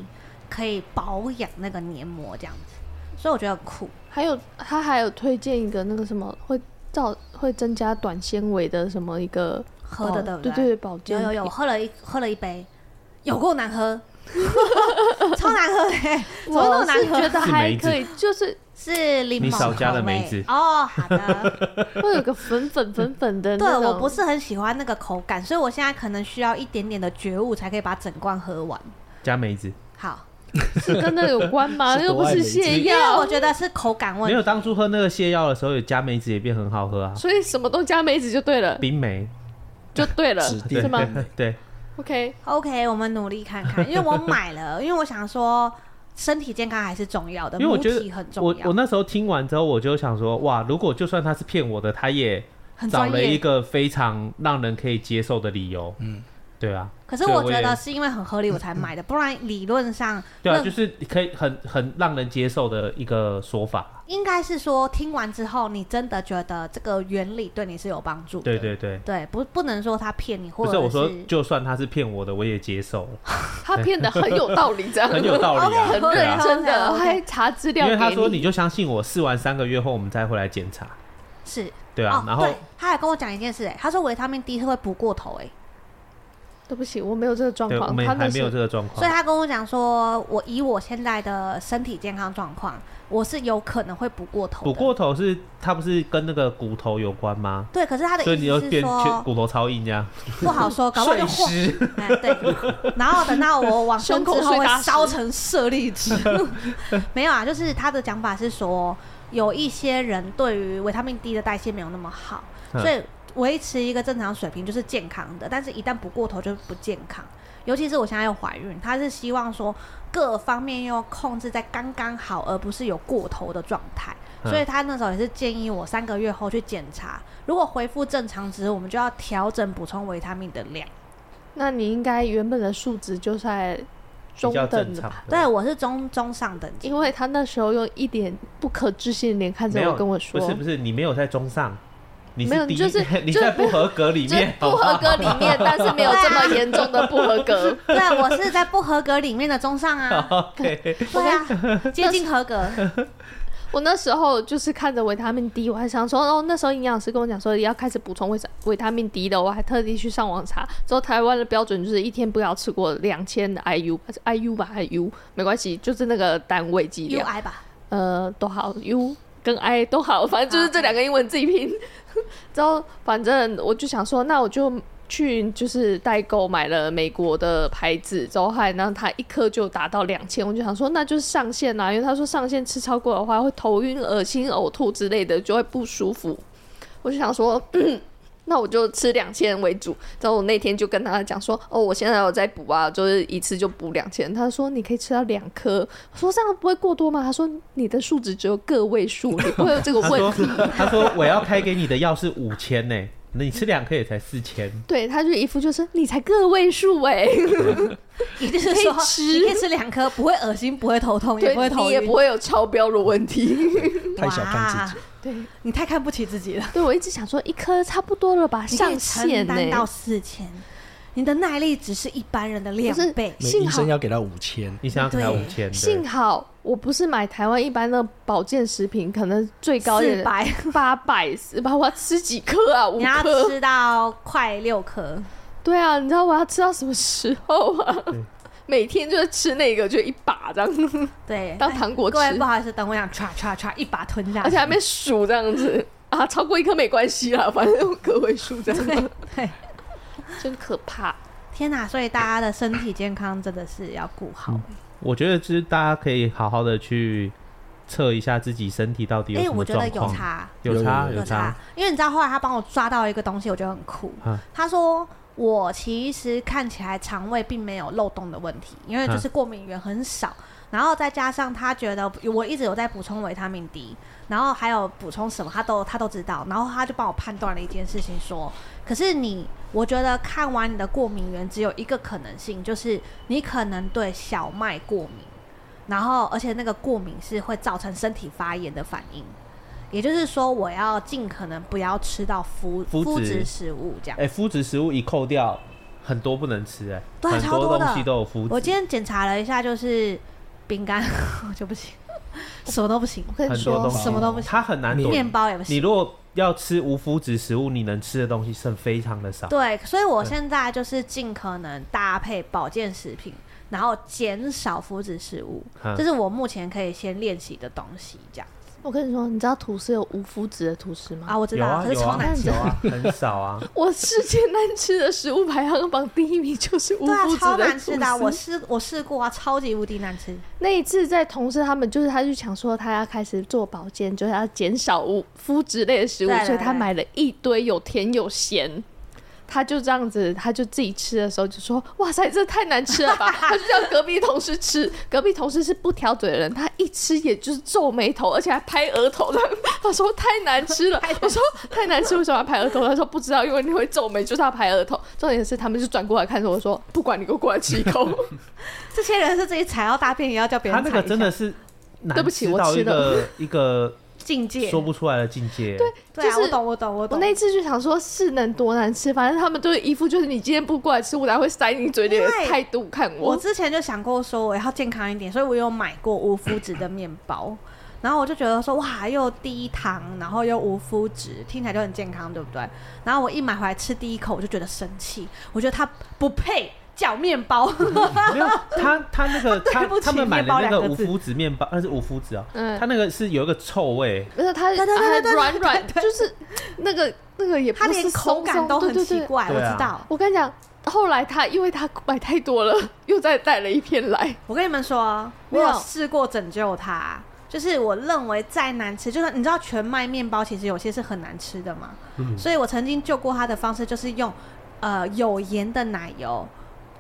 [SPEAKER 2] 可以保养那个黏膜这样子。所以我觉得很酷，
[SPEAKER 3] 还有，他还有推荐一个那个什么会造会增加短纤维的什么一个
[SPEAKER 2] 喝的对
[SPEAKER 3] 保
[SPEAKER 2] 不
[SPEAKER 3] 哦对
[SPEAKER 2] 对？
[SPEAKER 3] 对保健
[SPEAKER 2] 有有有，我
[SPEAKER 3] 品
[SPEAKER 2] 喝了一喝了一杯，有够难 喝，超难喝的、欸，怎么那
[SPEAKER 3] 我
[SPEAKER 2] 么难
[SPEAKER 3] 是觉
[SPEAKER 2] 喝？
[SPEAKER 3] 得
[SPEAKER 4] 是
[SPEAKER 3] 还
[SPEAKER 4] 梅子
[SPEAKER 3] 可以，就是
[SPEAKER 2] 是柠檬
[SPEAKER 4] 你少加了
[SPEAKER 2] 口味
[SPEAKER 4] 梅子
[SPEAKER 2] 哦，好 的。
[SPEAKER 3] 会有个粉粉粉粉的 哦
[SPEAKER 2] 对
[SPEAKER 3] 那种。
[SPEAKER 2] 我不是很喜欢那个口感，所以我现在可能需要一点点的觉悟才可以把整罐喝完。
[SPEAKER 4] 加梅子。
[SPEAKER 2] 好，
[SPEAKER 3] 是跟那有关吗？
[SPEAKER 5] 是
[SPEAKER 3] 又不
[SPEAKER 5] 多爱
[SPEAKER 3] 是
[SPEAKER 5] 梅子
[SPEAKER 3] 泻
[SPEAKER 2] 因为
[SPEAKER 3] 药
[SPEAKER 2] 我，觉得是口感问
[SPEAKER 4] 没
[SPEAKER 2] 题。
[SPEAKER 4] 有，当初喝那个泻药的时候，有加梅子也变很好喝啊，
[SPEAKER 3] 所以什么都加梅子就对了，
[SPEAKER 4] 冰梅。
[SPEAKER 3] 就对了，
[SPEAKER 5] 指定
[SPEAKER 3] 是吗
[SPEAKER 5] 的
[SPEAKER 4] 对，
[SPEAKER 3] ？OK，
[SPEAKER 2] OK，我们努力看看， 因为我买了，因为我想说身体健康还是重要的，
[SPEAKER 4] 因为我觉
[SPEAKER 2] 母
[SPEAKER 4] 得
[SPEAKER 2] 体很
[SPEAKER 4] 我
[SPEAKER 2] 重要，
[SPEAKER 4] 我那时候听完之后，我就想说，哇，如果就算他是骗我的，他也
[SPEAKER 2] 很
[SPEAKER 4] 找
[SPEAKER 2] 专
[SPEAKER 4] 了一
[SPEAKER 2] 业。
[SPEAKER 4] 个非常让人可以接受的理由。嗯，对啊，
[SPEAKER 2] 可是
[SPEAKER 4] 对
[SPEAKER 2] 我
[SPEAKER 4] 我
[SPEAKER 2] 觉
[SPEAKER 4] 也嗯
[SPEAKER 2] 得是因为很合理我才买的，不然理论上
[SPEAKER 4] 对啊，
[SPEAKER 2] 那
[SPEAKER 4] 就是可以很很让人接受的一个说法。
[SPEAKER 2] 应该是说听完之后，你真的觉得这个原理对你是有帮助的。
[SPEAKER 4] 对对对，
[SPEAKER 2] 对，不不能说他骗你，或
[SPEAKER 4] 不
[SPEAKER 2] 者
[SPEAKER 4] 是我说，就算他是骗我的，我也 接受了，
[SPEAKER 3] 他骗的很有道理，这样
[SPEAKER 4] 很有道理啊。
[SPEAKER 3] 很
[SPEAKER 2] 哦
[SPEAKER 4] 对
[SPEAKER 3] 认
[SPEAKER 4] 啊，
[SPEAKER 3] 真的，
[SPEAKER 2] OK，OK
[SPEAKER 3] 还查资料给
[SPEAKER 4] 因为他说你就相信我，试完三个月后我们再回来检查。
[SPEAKER 2] 是
[SPEAKER 4] 对啊
[SPEAKER 2] 哦，
[SPEAKER 4] 然后
[SPEAKER 2] 对他还跟我讲一件事、哎，他说维他命 D 是会补过头、哎。
[SPEAKER 3] 对不起，我没有这个状
[SPEAKER 4] 对我
[SPEAKER 3] 况，
[SPEAKER 4] 们
[SPEAKER 3] 他那
[SPEAKER 4] 还没有
[SPEAKER 3] 是
[SPEAKER 4] 这个状
[SPEAKER 2] 所以
[SPEAKER 4] 况。
[SPEAKER 2] 他跟我讲说，我以我现在的身体健康状况，我是有可能会补过头的。
[SPEAKER 4] 补过头是他不是跟那个骨头有关吗？
[SPEAKER 2] 对，可是他的
[SPEAKER 4] 所
[SPEAKER 2] 意
[SPEAKER 4] 以你又
[SPEAKER 2] 思是
[SPEAKER 4] 变全
[SPEAKER 2] 说
[SPEAKER 4] 骨头超硬这样，
[SPEAKER 2] 不好说，搞不好就晃。
[SPEAKER 4] 湿。
[SPEAKER 2] 哎，对。然后等到我往生
[SPEAKER 3] 胸
[SPEAKER 2] 之
[SPEAKER 3] 口
[SPEAKER 2] 后
[SPEAKER 3] 碎
[SPEAKER 2] 会
[SPEAKER 3] 大石
[SPEAKER 2] 烧成舍利 子。没有啊，就是他的讲法是说，有一些人对于维他命 D 的代谢没有那么好，
[SPEAKER 4] 嗯
[SPEAKER 2] 所以维持一个正常水平就是健康的，但是一旦补过头就不健康。尤其是我现在又怀孕，他是希望说各方面要控制在刚刚好，而不是有过头的状态。
[SPEAKER 4] 嗯
[SPEAKER 2] 所以他那时候也是建议我三个月后去检查，如果恢复正常值，我们就要调整补充维他命的量。
[SPEAKER 3] 那你应该原本的数值就在中
[SPEAKER 4] 较
[SPEAKER 3] 等
[SPEAKER 4] 正
[SPEAKER 3] 的
[SPEAKER 4] 常
[SPEAKER 3] 吧。。
[SPEAKER 2] 对，我是中中上等级，
[SPEAKER 3] 因为他那时候用一脸不可置信的脸看
[SPEAKER 4] 没
[SPEAKER 3] 着
[SPEAKER 4] 有
[SPEAKER 3] 我，跟我说，
[SPEAKER 4] 不是不是，你没有在中上，你
[SPEAKER 3] 没有
[SPEAKER 4] 第一，
[SPEAKER 3] 就是
[SPEAKER 4] 你
[SPEAKER 3] 就是
[SPEAKER 4] 在不合格里
[SPEAKER 3] 就是
[SPEAKER 4] 面，
[SPEAKER 3] 不合格里面， 但是没有这么严重的不合格。
[SPEAKER 2] 对啊我是在不合格里面的中上 啊，
[SPEAKER 4] 好不好。OK，
[SPEAKER 2] 对啊，接近合格，
[SPEAKER 3] 我那时候就是看着维他命 D，我还想说，哦，那时候营养师跟我讲说要开始补充维维他命 D 的，我还特地去上网查。之后台湾的标准就是一天不要吃过两千 IU，还是 IU 吧，IU 没关系，就是那个单位剂
[SPEAKER 2] 又
[SPEAKER 3] 量，
[SPEAKER 2] 矮吧，
[SPEAKER 3] 呃，都好 U 跟 I 都好，反正就是这两个英文自己拼。之后反正我就想说，那我就。去就是代购买了美国的牌子，之后还让它一颗就达到两千，我就想说那就是上限啦、因为他说上限吃超过的话会头晕、恶心、呕吐之类的，就会不舒服。我就想说，那我就吃两千为主。然后我那天就跟他讲说，哦，我现在有在补啊，就是一次就补两千。他说你可以吃到两颗，我说这样不会过多吗？他说你的数值只有个位数，你不会有这个
[SPEAKER 4] 他
[SPEAKER 3] 问
[SPEAKER 4] 说
[SPEAKER 3] 题。
[SPEAKER 4] 他说我要开给你的药是五千呢，那你吃两颗也才四千。
[SPEAKER 3] 对，他就一副就是你才个位数哎、
[SPEAKER 2] 也就是
[SPEAKER 3] 可以
[SPEAKER 2] 说
[SPEAKER 3] 吃
[SPEAKER 2] 你可以吃两颗，不会恶心，不会头痛，也
[SPEAKER 3] 对
[SPEAKER 2] 不会，
[SPEAKER 3] 你
[SPEAKER 2] 头
[SPEAKER 3] 也
[SPEAKER 2] 晕，
[SPEAKER 3] 不会有超标的问题。
[SPEAKER 5] 太小看自己。
[SPEAKER 2] 己，
[SPEAKER 3] 对，
[SPEAKER 2] 你太看不起自己了，
[SPEAKER 3] 对我一直想说一颗差不多了吧，
[SPEAKER 2] 你可以
[SPEAKER 3] 上
[SPEAKER 2] 承
[SPEAKER 3] 限呢、
[SPEAKER 2] 担到四千，你的耐力只是一般人的两
[SPEAKER 3] 不是
[SPEAKER 2] 倍，
[SPEAKER 5] 每
[SPEAKER 3] 幸
[SPEAKER 5] 医生
[SPEAKER 3] 好
[SPEAKER 5] 要给他五千，
[SPEAKER 4] 你想想才
[SPEAKER 2] 嗯对
[SPEAKER 4] 五千，
[SPEAKER 3] 幸好我不是买台湾一般的保健食品，可能最高也
[SPEAKER 2] 四百，
[SPEAKER 3] 八百四百，我要吃几颗啊？五
[SPEAKER 2] 你要
[SPEAKER 3] 颗？
[SPEAKER 2] 吃到快六颗，
[SPEAKER 3] 对啊，你知道我要吃到什么时候啊
[SPEAKER 4] 对？
[SPEAKER 3] 每天就是吃那个，就一把这样
[SPEAKER 2] 对，
[SPEAKER 3] 当糖果吃
[SPEAKER 2] 各，位不好意思，等我想唰唰唰一把吞下去，
[SPEAKER 3] 而且还没数这样子啊，超过一颗没关系啦，反正个位数这样，
[SPEAKER 2] 对，
[SPEAKER 3] 真可怕。
[SPEAKER 2] 天哪！所以大家的身体健康真的是要顾好。
[SPEAKER 4] 我觉得就是大家可以好好的去测一下自己身体到底有
[SPEAKER 2] 哎、
[SPEAKER 4] 什
[SPEAKER 2] 我
[SPEAKER 4] 么
[SPEAKER 2] 觉得
[SPEAKER 4] 状
[SPEAKER 2] 有
[SPEAKER 4] 况，
[SPEAKER 2] 差，
[SPEAKER 4] 有差
[SPEAKER 5] 有
[SPEAKER 2] 有
[SPEAKER 4] 差
[SPEAKER 2] 差，，因为你知道后来他帮我抓到一个东西，我觉得很酷。
[SPEAKER 4] 啊
[SPEAKER 2] 他说我其实看起来肠胃并没有漏洞的问题，因为
[SPEAKER 4] 啊
[SPEAKER 2] 就是过敏源很少，然后再加上他觉得我一直有在补充维他命 D，然后还有补充什么他都他都知道，然后他就帮我判断了一件事情说，可是你我觉得看完你的过敏源只有一个可能性，就是你可能对小麦过敏。然后，而且那个过敏是会造成身体发炎的反应，也就是说，我要尽可能不要吃到麸
[SPEAKER 4] 麸
[SPEAKER 2] 麸
[SPEAKER 4] 质
[SPEAKER 2] 质食物这样。
[SPEAKER 4] 哎，麸质食物一扣掉，很多不能吃哎，
[SPEAKER 2] 对啊
[SPEAKER 4] 很
[SPEAKER 2] 超多的
[SPEAKER 4] 东西都有麸质。
[SPEAKER 2] 我今天检查了一下，就是饼干我就不行，什么都不行，
[SPEAKER 3] 我跟你
[SPEAKER 4] 很多
[SPEAKER 3] 说
[SPEAKER 4] 东，西
[SPEAKER 2] 什么都不行，
[SPEAKER 4] 它很难躲。
[SPEAKER 2] 面包也不
[SPEAKER 4] 你
[SPEAKER 2] 行。
[SPEAKER 4] 如果要吃无麸质食物，你能吃的东西剩非常的少。
[SPEAKER 2] 对，所以我现在就是尽可能搭配保健食品，然后减少麸质食物，
[SPEAKER 4] 嗯
[SPEAKER 2] 这是我目前可以先练习的东西。这样
[SPEAKER 3] 我跟你说，你知道吐司有无麸质的吐司吗？
[SPEAKER 2] 啊，我知
[SPEAKER 4] 有
[SPEAKER 2] 道，
[SPEAKER 4] 啊
[SPEAKER 2] 可是
[SPEAKER 4] 有
[SPEAKER 2] 超
[SPEAKER 4] 啊
[SPEAKER 2] 难吃
[SPEAKER 4] 有。啊，很少啊。
[SPEAKER 3] 我世界难吃的食物排行榜第一名就是无
[SPEAKER 2] 对啊
[SPEAKER 3] 麸，质
[SPEAKER 2] 超
[SPEAKER 3] 的
[SPEAKER 2] 难
[SPEAKER 3] 吐
[SPEAKER 2] 吃
[SPEAKER 3] 司。
[SPEAKER 2] 的啊，我试我试过啊，超级无敌难吃。
[SPEAKER 3] 那一次在同事他们就是他就想说他要开始做保健，就是要减少无麸质类的食物
[SPEAKER 2] 对，对
[SPEAKER 3] 所以他买了一堆有甜有咸。他就这样子，他就自己吃的时候就说：“哇塞，这太难吃 了吧！”他就叫隔壁同事吃，隔壁同事是不挑嘴的人，他一吃也就是皱眉头，而且还拍额 头的。他说：“太难吃了。”我说：“太难吃，为什么要拍额头？”他说：“不知道，因为你会皱眉，就是要拍额头。”重点是他们就转过来看着我说：“不管你，给我过来吃一口。”
[SPEAKER 2] 这些人是自己踩到大便也要叫别
[SPEAKER 4] 它
[SPEAKER 2] 人踩
[SPEAKER 4] 那
[SPEAKER 2] 一下，
[SPEAKER 4] 个真的是难
[SPEAKER 3] 对不起
[SPEAKER 4] 吃
[SPEAKER 3] 我
[SPEAKER 4] 到
[SPEAKER 3] 吃
[SPEAKER 4] 一个一个
[SPEAKER 2] 境界。
[SPEAKER 4] 说不出来的境界。对，
[SPEAKER 2] 对啊，
[SPEAKER 3] 就是
[SPEAKER 2] 我懂，我懂，我
[SPEAKER 3] 我
[SPEAKER 2] 懂。
[SPEAKER 3] 那一次就想说，是能多难吃，反正他们都是一副就是你今天不过来吃，我才会塞你嘴里的
[SPEAKER 2] 因为
[SPEAKER 3] 态度看
[SPEAKER 2] 我
[SPEAKER 3] 我。
[SPEAKER 2] 之前就想过说我要健康一点，所以我有买过无麸质的面包，然后我就觉得说哇，又低糖，然后又无麸质，听起来就很健康，对不对？然后我一买回来吃第一口，我就觉得生气，我觉得它不配叫面包，
[SPEAKER 4] 没有他他那个他
[SPEAKER 2] 对不起
[SPEAKER 4] 他们买的那
[SPEAKER 2] 面包
[SPEAKER 4] 个
[SPEAKER 2] 两个
[SPEAKER 4] 无
[SPEAKER 2] 字
[SPEAKER 4] 麸质面包，那是无麸质啊，
[SPEAKER 3] 嗯
[SPEAKER 4] 它那个是有一个臭味。
[SPEAKER 3] 不是它
[SPEAKER 2] 对对对对对
[SPEAKER 3] 它啊软软，
[SPEAKER 2] 对对
[SPEAKER 3] 就是那个那个也不
[SPEAKER 2] 它连
[SPEAKER 3] 是
[SPEAKER 2] 口感都
[SPEAKER 3] 松松
[SPEAKER 2] 很奇。
[SPEAKER 3] 对对对
[SPEAKER 2] 怪，
[SPEAKER 4] 对啊
[SPEAKER 2] 我知道。
[SPEAKER 3] 我跟你讲，后来他因为他买太多了，又再带了一 片来。
[SPEAKER 2] 我跟你们说，
[SPEAKER 3] 没
[SPEAKER 2] 我
[SPEAKER 3] 有
[SPEAKER 2] 有试过拯救它，就是我认为再难吃，就是你知道全麦面包其实有些是很难吃的嘛，所以我曾经救过它的方式就是用呃有盐的奶油。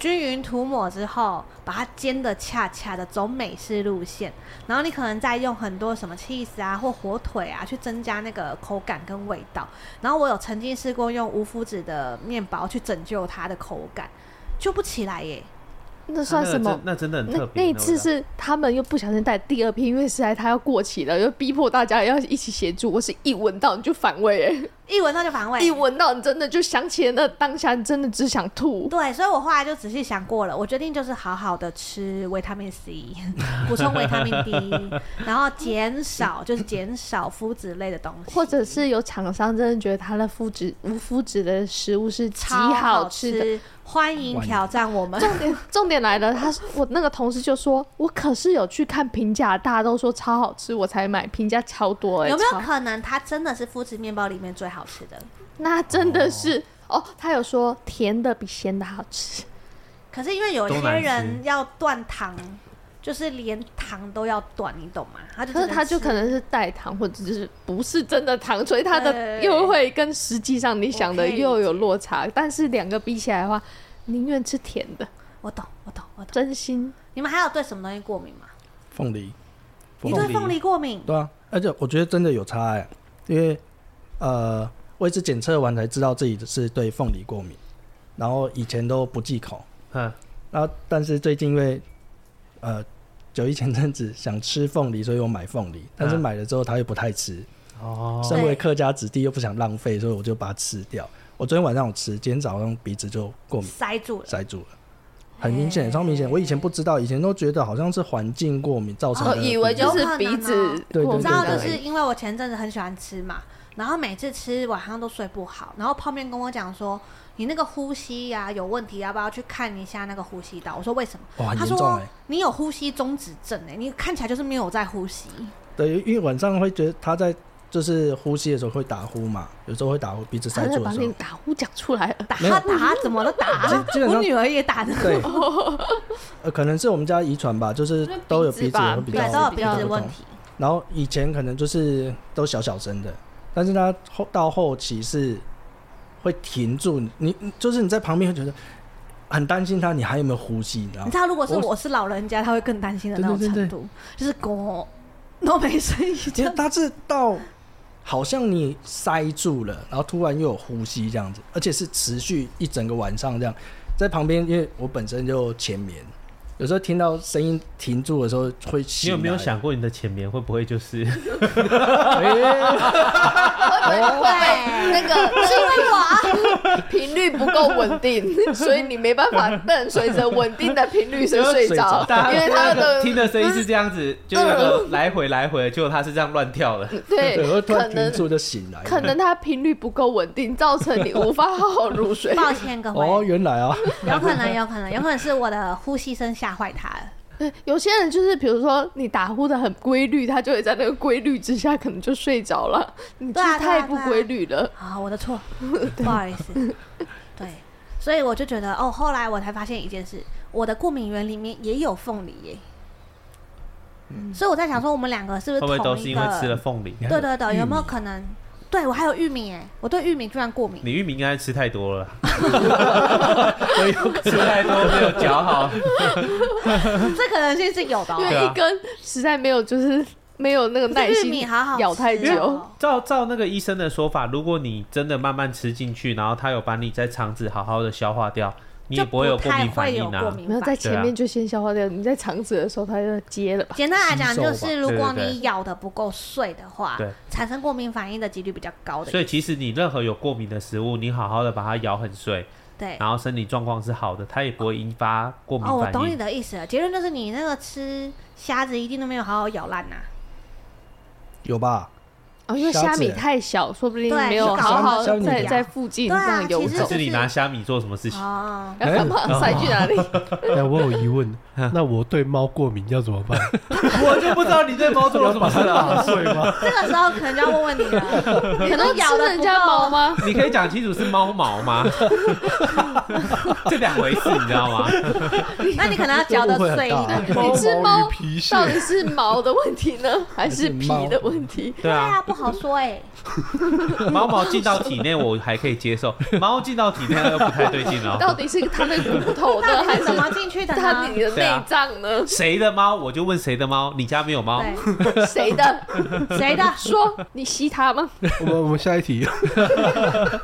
[SPEAKER 2] 均匀涂抹之后，把它煎的恰恰的，走美式路线。然后你可能再用很多什么 cheese 啊或火腿啊去增加那个口感跟味道。然后我有曾经试过用无麸质的面包去拯救它的口感，救不起来耶。
[SPEAKER 3] 那
[SPEAKER 4] 它
[SPEAKER 3] 算
[SPEAKER 4] 那
[SPEAKER 3] 什
[SPEAKER 4] 个
[SPEAKER 3] 么
[SPEAKER 4] 真？那真的很
[SPEAKER 3] 那
[SPEAKER 4] 特别。
[SPEAKER 3] 那一
[SPEAKER 4] 个
[SPEAKER 3] 次
[SPEAKER 4] 味道
[SPEAKER 3] 是他们又不小心带第二批，因为实在它要过期了，又逼迫大家要一起协助。我是一闻到你就反胃、欸，
[SPEAKER 2] 一闻到就反胃。
[SPEAKER 3] 一闻到你真的就想起了那当下，你真的只想吐。
[SPEAKER 2] 对，所以我后来就仔细想过了，我决定就是好好的吃维他命 C，补充维他命 D，然后减少就是减少麸质类的东西，
[SPEAKER 3] 或者是有厂商真的觉得它的麸质无麸质的食物是极
[SPEAKER 2] 超好
[SPEAKER 3] 吃的。
[SPEAKER 2] 吃，欢迎挑战我们。
[SPEAKER 3] 重点重点来了，他我那个同事就说，我可是有去看评价，大家都说超好吃，我才买，评价超多哎、欸，
[SPEAKER 2] 有没
[SPEAKER 3] 超
[SPEAKER 2] 有可能它真的是麸质面包里面最好吃的？
[SPEAKER 3] 那真的是哦，他有说甜的比咸的好吃，
[SPEAKER 2] 可是因为有
[SPEAKER 4] 都
[SPEAKER 2] 些
[SPEAKER 4] 难吃
[SPEAKER 2] 人要断糖，就是连糖都要断，你懂吗？他就
[SPEAKER 3] 可是他就
[SPEAKER 2] 只
[SPEAKER 3] 可能是代糖或者是不是真的糖，所以他的
[SPEAKER 2] 对
[SPEAKER 3] 又会跟实际上你想的
[SPEAKER 2] 我可以理解
[SPEAKER 3] 又有落差。但是两个比起来的话，宁愿吃甜的，
[SPEAKER 2] 吃我懂，我懂，我懂。
[SPEAKER 3] 真心
[SPEAKER 2] 你们还有对什么东西过敏吗？
[SPEAKER 5] 凤梨，
[SPEAKER 2] 你
[SPEAKER 4] 凤
[SPEAKER 2] 对
[SPEAKER 4] 梨
[SPEAKER 2] 凤梨过敏？
[SPEAKER 5] 对啊，而且我觉得真的有差哎、因为呃，我也是检测完才知道自己是对凤梨过敏，然后以前都不忌口，
[SPEAKER 4] 嗯，
[SPEAKER 5] 然后啊但是最近因为呃，九一前阵子想吃凤梨，所以我买凤梨，但是
[SPEAKER 4] 嗯
[SPEAKER 5] 买了之后他又不太吃，
[SPEAKER 4] 哦，
[SPEAKER 5] 身为客家子弟又不想浪费，所以我就把它吃掉。我昨天晚上有吃，今天早上鼻子就过敏
[SPEAKER 2] 塞住了，
[SPEAKER 5] 塞住了。很明
[SPEAKER 3] 哎
[SPEAKER 5] 显，超明显。我以前不知道，以前都觉得好像是环境过敏造成的
[SPEAKER 3] 哦，
[SPEAKER 5] 鼻子。
[SPEAKER 3] 以为就
[SPEAKER 2] 有可
[SPEAKER 3] 是
[SPEAKER 2] 能
[SPEAKER 3] 鼻子
[SPEAKER 2] 哦
[SPEAKER 5] 对
[SPEAKER 3] 过
[SPEAKER 2] 你
[SPEAKER 3] 敏啊
[SPEAKER 2] 知道，
[SPEAKER 3] 而
[SPEAKER 2] 就
[SPEAKER 3] 已
[SPEAKER 2] 是因为我前阵子很喜欢吃嘛，然后每次吃晚上都睡不好，然后泡面跟我讲说，你那个呼吸呀、有问题，要不要去看一下那个呼吸道？我说为什么？
[SPEAKER 5] 哇，很
[SPEAKER 2] 他
[SPEAKER 5] 严重
[SPEAKER 2] 说
[SPEAKER 5] 哎。
[SPEAKER 2] 你有呼吸中止症哎、你看起来就是没有在呼吸。
[SPEAKER 5] 对，因为晚上会觉得他在就是呼吸的时候会打呼嘛，有时候会打呼，鼻子
[SPEAKER 3] 他
[SPEAKER 5] 塞
[SPEAKER 3] 在
[SPEAKER 5] 住
[SPEAKER 3] 把
[SPEAKER 5] 的时
[SPEAKER 3] 你
[SPEAKER 5] 候。
[SPEAKER 3] 打呼讲出来 了，
[SPEAKER 2] 打
[SPEAKER 5] 没有
[SPEAKER 2] 他打怎么了 打
[SPEAKER 5] 基基？本上
[SPEAKER 2] 我女儿也打的。
[SPEAKER 5] 对，呃，可能是我们家遗传吧，就是都有鼻子
[SPEAKER 3] 吧
[SPEAKER 5] 会比
[SPEAKER 3] 对
[SPEAKER 5] 较
[SPEAKER 2] 对，都有
[SPEAKER 3] 比
[SPEAKER 2] 鼻
[SPEAKER 3] 较
[SPEAKER 2] 子
[SPEAKER 5] 不
[SPEAKER 2] 问
[SPEAKER 5] 同
[SPEAKER 2] 题。
[SPEAKER 5] 然后以前可能就是都小小声的，但是他后到后期是会停住你，你就是你在旁边会觉得很担心他，你还有没有呼吸，你知 道
[SPEAKER 2] 你
[SPEAKER 5] 吗
[SPEAKER 2] 知？道，如果是
[SPEAKER 5] 我
[SPEAKER 2] 我是老人家，他会更担心的那种
[SPEAKER 5] 对对
[SPEAKER 2] 程
[SPEAKER 5] 对
[SPEAKER 2] 度，就是狗都没声音这
[SPEAKER 5] 其实
[SPEAKER 2] 样。
[SPEAKER 5] 他是到好像你塞住了，然后突然又有呼吸这样子，而且是持续一整个晚上这样。在旁边，因为我本身就前眠，有时候听到声音停住的时候会
[SPEAKER 4] 你
[SPEAKER 5] 醒。，
[SPEAKER 4] 有没有？想过你的前面会不会就是
[SPEAKER 3] 会那个是因为我频率不够稳定，所以你没办法伴随着稳定的频率声睡着
[SPEAKER 5] 大
[SPEAKER 3] 因为他的
[SPEAKER 4] 听的声音是这样子，就那个来回来回，结果他是这样乱跳的。
[SPEAKER 5] 对，我
[SPEAKER 3] 对，
[SPEAKER 5] 会突
[SPEAKER 3] 可
[SPEAKER 5] 然停
[SPEAKER 3] 能
[SPEAKER 5] 住就醒来。
[SPEAKER 3] 可能它频率不够稳定，造成你无法好好入睡。
[SPEAKER 2] 抱歉各位，
[SPEAKER 5] 哦，原来啊，
[SPEAKER 2] 有可能，有可能，有可能是我的呼吸声吓坏他了。
[SPEAKER 3] 对，有些人就是比如说你打呼的很规律，他就会在那个规律之下可能就睡着了。你
[SPEAKER 2] 对啊
[SPEAKER 3] 这
[SPEAKER 2] 对
[SPEAKER 3] 太
[SPEAKER 2] 啊
[SPEAKER 3] 不
[SPEAKER 2] 对啊
[SPEAKER 3] 规律了。
[SPEAKER 2] 啊，我的 错，不好意思。对，所以我就觉得，哦，后来我才发现一件事，我的过敏源里面也有凤梨耶。
[SPEAKER 3] 嗯
[SPEAKER 2] 所以我在想说，我们两个是不
[SPEAKER 4] 会
[SPEAKER 2] 是同一个？
[SPEAKER 4] 不会都是因为吃了凤梨？
[SPEAKER 2] 对对对，有没有可能？对我还有玉米耶，我对玉米居然过敏。
[SPEAKER 4] 你玉米应该吃太多 了，吃太多没有嚼好。
[SPEAKER 2] 这可能性是有的、
[SPEAKER 3] 因为
[SPEAKER 2] 哦。
[SPEAKER 4] 对啊
[SPEAKER 3] 一根实在没有，就是没有那个耐
[SPEAKER 2] 玉米
[SPEAKER 3] 心
[SPEAKER 2] 好好吃
[SPEAKER 3] 咬太久
[SPEAKER 2] 哦
[SPEAKER 4] 照照那个医生的说法，如果你真的慢慢吃进去，然后他有把你在肠子好好的消化掉，你也
[SPEAKER 2] 就
[SPEAKER 4] 不会有过
[SPEAKER 2] 太
[SPEAKER 4] 敏反
[SPEAKER 2] 会
[SPEAKER 4] 应
[SPEAKER 2] 有过
[SPEAKER 4] 啊。
[SPEAKER 2] 敏
[SPEAKER 3] 没有
[SPEAKER 2] 反
[SPEAKER 3] 在
[SPEAKER 4] 对啊
[SPEAKER 3] 前面就先消化掉，你在肠子的时候它就接了吧。
[SPEAKER 2] 简单来讲，
[SPEAKER 5] 吸收
[SPEAKER 2] 就
[SPEAKER 5] 吧
[SPEAKER 2] 是如果
[SPEAKER 4] 对对对
[SPEAKER 2] 你咬的不够碎的话，
[SPEAKER 4] 对
[SPEAKER 2] 产生过敏反应的几率比较高的。
[SPEAKER 4] 所以其实你任何有过敏的食物，你好好的把它咬很碎，
[SPEAKER 2] 对，
[SPEAKER 4] 然后身体状况是好的，它也不会引发过敏
[SPEAKER 2] 哦，我
[SPEAKER 4] 反
[SPEAKER 2] 懂你
[SPEAKER 4] 应。
[SPEAKER 2] 的意思了。结论就是你那个吃虾子一定都没有好好咬烂呐、
[SPEAKER 5] 有吧？
[SPEAKER 3] 哦，因为
[SPEAKER 5] 虾
[SPEAKER 3] 虾
[SPEAKER 5] 子
[SPEAKER 3] 米太小，说不定
[SPEAKER 2] 对
[SPEAKER 3] 没有
[SPEAKER 2] 是搞
[SPEAKER 3] 好好
[SPEAKER 5] 虾米
[SPEAKER 3] 在
[SPEAKER 5] 呀
[SPEAKER 3] 在附近这
[SPEAKER 2] 对啊
[SPEAKER 3] 样游
[SPEAKER 2] 其实
[SPEAKER 4] 还
[SPEAKER 3] 走
[SPEAKER 4] 是。你拿虾米做什么事情？
[SPEAKER 2] 哦，
[SPEAKER 3] 要干嘛？塞去 哪里？
[SPEAKER 1] 哎，我有疑问，那我对猫过敏要怎么 办？
[SPEAKER 4] 我就不知道你对猫做了什么事 了。
[SPEAKER 1] 碎吗？
[SPEAKER 2] 这个时候可能就要问问你了，可
[SPEAKER 3] 可能
[SPEAKER 2] 能咬
[SPEAKER 3] 吃
[SPEAKER 2] 的
[SPEAKER 3] 人家毛吗？
[SPEAKER 4] 你可以讲清楚是猫毛 吗？这两回事，你知道吗？
[SPEAKER 2] 那你可能要嚼的碎一
[SPEAKER 5] 这误会
[SPEAKER 2] 点。
[SPEAKER 5] 很啊
[SPEAKER 3] 你吃猫
[SPEAKER 1] 与皮屑
[SPEAKER 3] 到底是毛的问题 呢，还是皮的问 题？
[SPEAKER 4] 对啊，
[SPEAKER 2] 啊，不好说哎、
[SPEAKER 4] 猫毛进到体内我还可以接受，猫进到体内那就不太对劲了。
[SPEAKER 3] 到底是它的骨头
[SPEAKER 2] 到
[SPEAKER 3] 呢，还
[SPEAKER 2] 底是怎
[SPEAKER 3] 是
[SPEAKER 2] 么进去的
[SPEAKER 3] 它
[SPEAKER 2] 呢？
[SPEAKER 3] 你的
[SPEAKER 4] 对啊？
[SPEAKER 3] 内脏呢
[SPEAKER 4] 谁的猫我就问谁的猫，你家没有猫？
[SPEAKER 2] 对，
[SPEAKER 3] 谁的？
[SPEAKER 2] 谁的？
[SPEAKER 3] 说你吸它吗？
[SPEAKER 1] 我们我们下一题，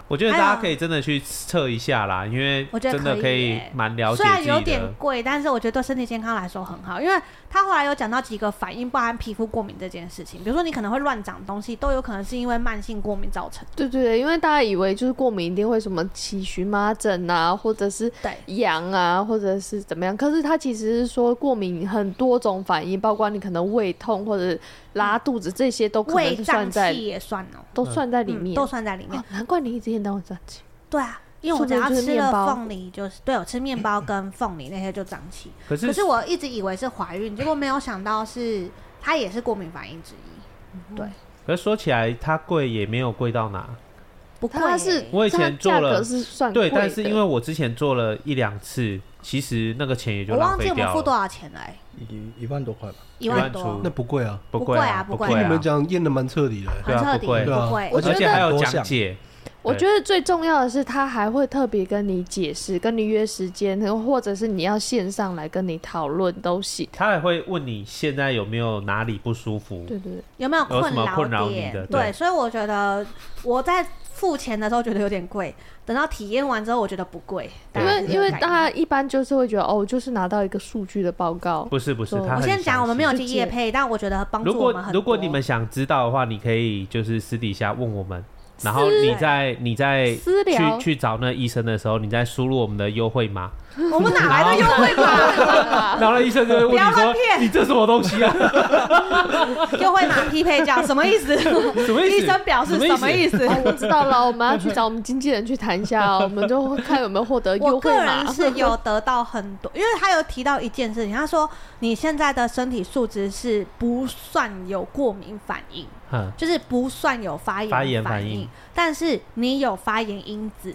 [SPEAKER 4] 我觉得
[SPEAKER 2] 还
[SPEAKER 4] 大
[SPEAKER 2] 有
[SPEAKER 4] 家可以真的去测一下啦，因为
[SPEAKER 2] 哎我觉得
[SPEAKER 4] 真的
[SPEAKER 2] 可以
[SPEAKER 4] 可以
[SPEAKER 2] 耶
[SPEAKER 4] 蛮了解
[SPEAKER 2] 虽然
[SPEAKER 4] 自
[SPEAKER 2] 有
[SPEAKER 4] 己
[SPEAKER 2] 点
[SPEAKER 4] 的。
[SPEAKER 2] 贵，但是我觉得对身体健康来说很好，因为他后来有讲到几个反应不安、皮肤过敏这件事情，比如说你可能会乱长东西，都有可能是因为慢性过敏造成。
[SPEAKER 3] 对对对，因为大家以为就是过敏一定会什么起荨麻疹啊，或者是
[SPEAKER 2] 对
[SPEAKER 3] 痒啊，或者是怎么样。可是他其实是说过敏很多种反应，包括你可能胃痛或者拉肚子这些都可能
[SPEAKER 2] 胃
[SPEAKER 3] 是
[SPEAKER 2] 胀
[SPEAKER 3] 算在
[SPEAKER 2] 气也算哦、
[SPEAKER 3] 都算在里
[SPEAKER 2] 嗯
[SPEAKER 3] 面。
[SPEAKER 2] 都算在里面
[SPEAKER 3] 哦。难怪你一直念到我胀气。
[SPEAKER 2] 对啊，因为我只要
[SPEAKER 3] 说不定就是
[SPEAKER 2] 吃
[SPEAKER 3] 面
[SPEAKER 2] 了
[SPEAKER 3] 包
[SPEAKER 2] 凤梨，就是对我吃面包跟凤梨那些就胀气。
[SPEAKER 4] 可是
[SPEAKER 2] 可是我一直以为是怀孕，结果没有想到是它也是过敏反应之一，
[SPEAKER 4] 可是说起来，它贵也没有贵到哪。
[SPEAKER 2] 不贵、
[SPEAKER 3] 它是
[SPEAKER 2] 欸。
[SPEAKER 4] 我以前
[SPEAKER 3] 它价
[SPEAKER 4] 做了
[SPEAKER 3] 格是算
[SPEAKER 4] 对，
[SPEAKER 3] 贵
[SPEAKER 4] 但是
[SPEAKER 3] 的
[SPEAKER 4] 因为我之前做了一两次，其实那个钱也就
[SPEAKER 2] 我
[SPEAKER 4] 浪
[SPEAKER 2] 忘记
[SPEAKER 4] 费
[SPEAKER 2] 我们
[SPEAKER 4] 掉
[SPEAKER 2] 付多
[SPEAKER 4] 了，
[SPEAKER 2] 少钱了、欸，
[SPEAKER 5] 一一万多块吧。
[SPEAKER 2] 一
[SPEAKER 4] 万
[SPEAKER 2] 万
[SPEAKER 4] 出
[SPEAKER 2] 多，
[SPEAKER 1] 那不贵啊，
[SPEAKER 4] 不
[SPEAKER 2] 不
[SPEAKER 4] 贵
[SPEAKER 2] 贵
[SPEAKER 4] 啊，
[SPEAKER 2] 啊
[SPEAKER 4] 不
[SPEAKER 2] 不
[SPEAKER 4] 贵
[SPEAKER 2] 贵啊
[SPEAKER 1] 你
[SPEAKER 4] 啊
[SPEAKER 1] 们，讲验的蛮彻底的欸，
[SPEAKER 4] 对
[SPEAKER 2] 很
[SPEAKER 4] 啊
[SPEAKER 2] 彻
[SPEAKER 4] 不
[SPEAKER 2] 底，
[SPEAKER 4] 贵
[SPEAKER 1] 对啊
[SPEAKER 2] 不贵。
[SPEAKER 3] 我
[SPEAKER 4] 而
[SPEAKER 3] 觉
[SPEAKER 4] 且
[SPEAKER 3] 得
[SPEAKER 4] 还有
[SPEAKER 5] 多
[SPEAKER 4] 讲
[SPEAKER 5] 项
[SPEAKER 4] 解。
[SPEAKER 3] 我
[SPEAKER 4] 对
[SPEAKER 3] 觉得最重要的是，他还会特别跟你解释，跟你约时间，或者是你要线上来跟你讨论都行。
[SPEAKER 4] 他也会问你现在有没有哪里不舒服。
[SPEAKER 3] 对对对，
[SPEAKER 2] 有没有
[SPEAKER 4] 有什
[SPEAKER 2] 困
[SPEAKER 4] 么困扰
[SPEAKER 2] 扰
[SPEAKER 4] 你
[SPEAKER 2] 点？
[SPEAKER 4] 的对
[SPEAKER 2] 对，所以我觉得我在付钱的时候觉得有点贵，等到体验完之后我觉得不贵，
[SPEAKER 4] 对
[SPEAKER 2] 大概
[SPEAKER 3] 因为
[SPEAKER 2] 是这
[SPEAKER 3] 因为
[SPEAKER 2] 个概
[SPEAKER 3] 大
[SPEAKER 2] 念
[SPEAKER 3] 家一般就是会觉得哦，就是拿到一个数据的报告，
[SPEAKER 4] 不是不是，
[SPEAKER 3] 我
[SPEAKER 4] 他
[SPEAKER 2] 我
[SPEAKER 4] 很
[SPEAKER 2] 先讲，我们没有
[SPEAKER 4] 详
[SPEAKER 2] 去夜配，但我觉得帮
[SPEAKER 4] 细。
[SPEAKER 2] 助
[SPEAKER 4] 如
[SPEAKER 2] 我
[SPEAKER 4] 果
[SPEAKER 2] 们很多。
[SPEAKER 4] 如果你们想知道的话，你可以就是私底下问我们，然后你在你在
[SPEAKER 3] 私
[SPEAKER 4] 去
[SPEAKER 3] 聊
[SPEAKER 4] 去找那医生的时候，你再输入我们的优惠码，
[SPEAKER 2] 我们哪来的优惠 码？
[SPEAKER 4] 然后那医生就会问
[SPEAKER 2] 不要
[SPEAKER 4] 你说
[SPEAKER 2] 乱骗
[SPEAKER 4] 你这什么东西啊？
[SPEAKER 2] 优惠码匹配 价什么意思？
[SPEAKER 4] 什么意思？
[SPEAKER 2] 医生表示什么意思？
[SPEAKER 3] 哦，我知道 了，我们要去找我们经纪人去谈一下哦，我们就看有没呃有获得优
[SPEAKER 2] 我
[SPEAKER 3] 惠
[SPEAKER 2] 个人
[SPEAKER 3] 码。
[SPEAKER 2] 是有得到很多，因为他有提到一件事情，他说你现在的身体素质是不算有过敏反应，
[SPEAKER 4] 嗯，
[SPEAKER 2] 就是不算有发炎
[SPEAKER 4] 发炎反
[SPEAKER 2] 反
[SPEAKER 4] 应
[SPEAKER 2] 应，但是你有发炎因子。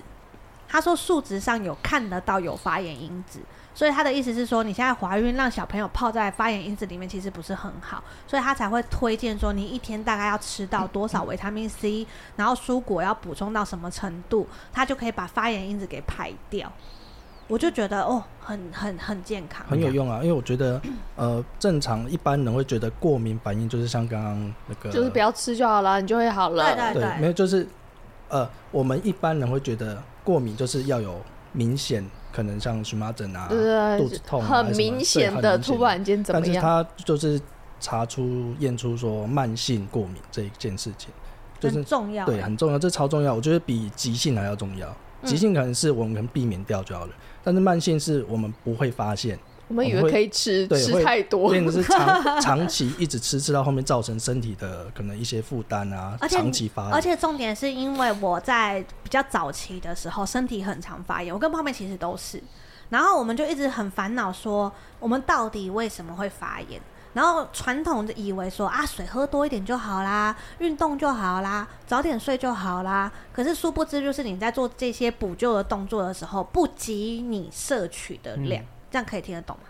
[SPEAKER 2] 他说数值上有看得到有发炎因子，所以他的意思是说，你现在怀孕让小朋友泡在发炎因子里面，其实不是很好，所以他才会推荐说你一天大概要吃到多少维他命 C，然后蔬果要补充到什么程度，他就可以把发炎因子给排掉。我就觉得哦，很很很健康，
[SPEAKER 5] 很有用啊，因为我觉得，呃，正常一般人会觉得过敏反应就是像刚刚那个，
[SPEAKER 3] 就是不要吃就好了，你就会好了。
[SPEAKER 2] 对啊
[SPEAKER 5] 对，没有就是，呃，我们一般人会觉得过敏就是要有明显，可能像荨麻疹啊，
[SPEAKER 3] 对对
[SPEAKER 5] 肚子痛啊、还是什么
[SPEAKER 3] 很明显的，
[SPEAKER 5] 对很明
[SPEAKER 3] 突然间怎么
[SPEAKER 5] 但是
[SPEAKER 3] 样？
[SPEAKER 5] 他就是查出验出说慢性过敏这一件事情，就是
[SPEAKER 2] 很重要、
[SPEAKER 5] 对，很重要，这超重要，我觉得比急性还要重要。
[SPEAKER 2] 嗯
[SPEAKER 5] 急性可能是我们可能避免掉就好了，但是慢性是我们不会发现，
[SPEAKER 3] 我们以
[SPEAKER 5] 我
[SPEAKER 3] 为
[SPEAKER 5] 会
[SPEAKER 3] 可以吃，
[SPEAKER 5] 对
[SPEAKER 3] 吃
[SPEAKER 5] 会
[SPEAKER 3] 太多。
[SPEAKER 5] 变成是 长长期一直吃，吃到后面造成身体的可能一些负担啊，
[SPEAKER 2] 而且
[SPEAKER 5] 长期发炎，
[SPEAKER 2] 而且重点是因为我在比较早期的时候，身体很常发炎，我跟泡妹其实都是。然后我们就一直很烦恼，说我们到底为什么会发炎？然后传统的以为说啊，水喝多一点就好啦，运动就好啦，早点睡就好啦。可是殊不知，就是你在做这些补救的动作的时候，不及你摄取的
[SPEAKER 4] 嗯
[SPEAKER 2] 量，这样可以听得懂吗？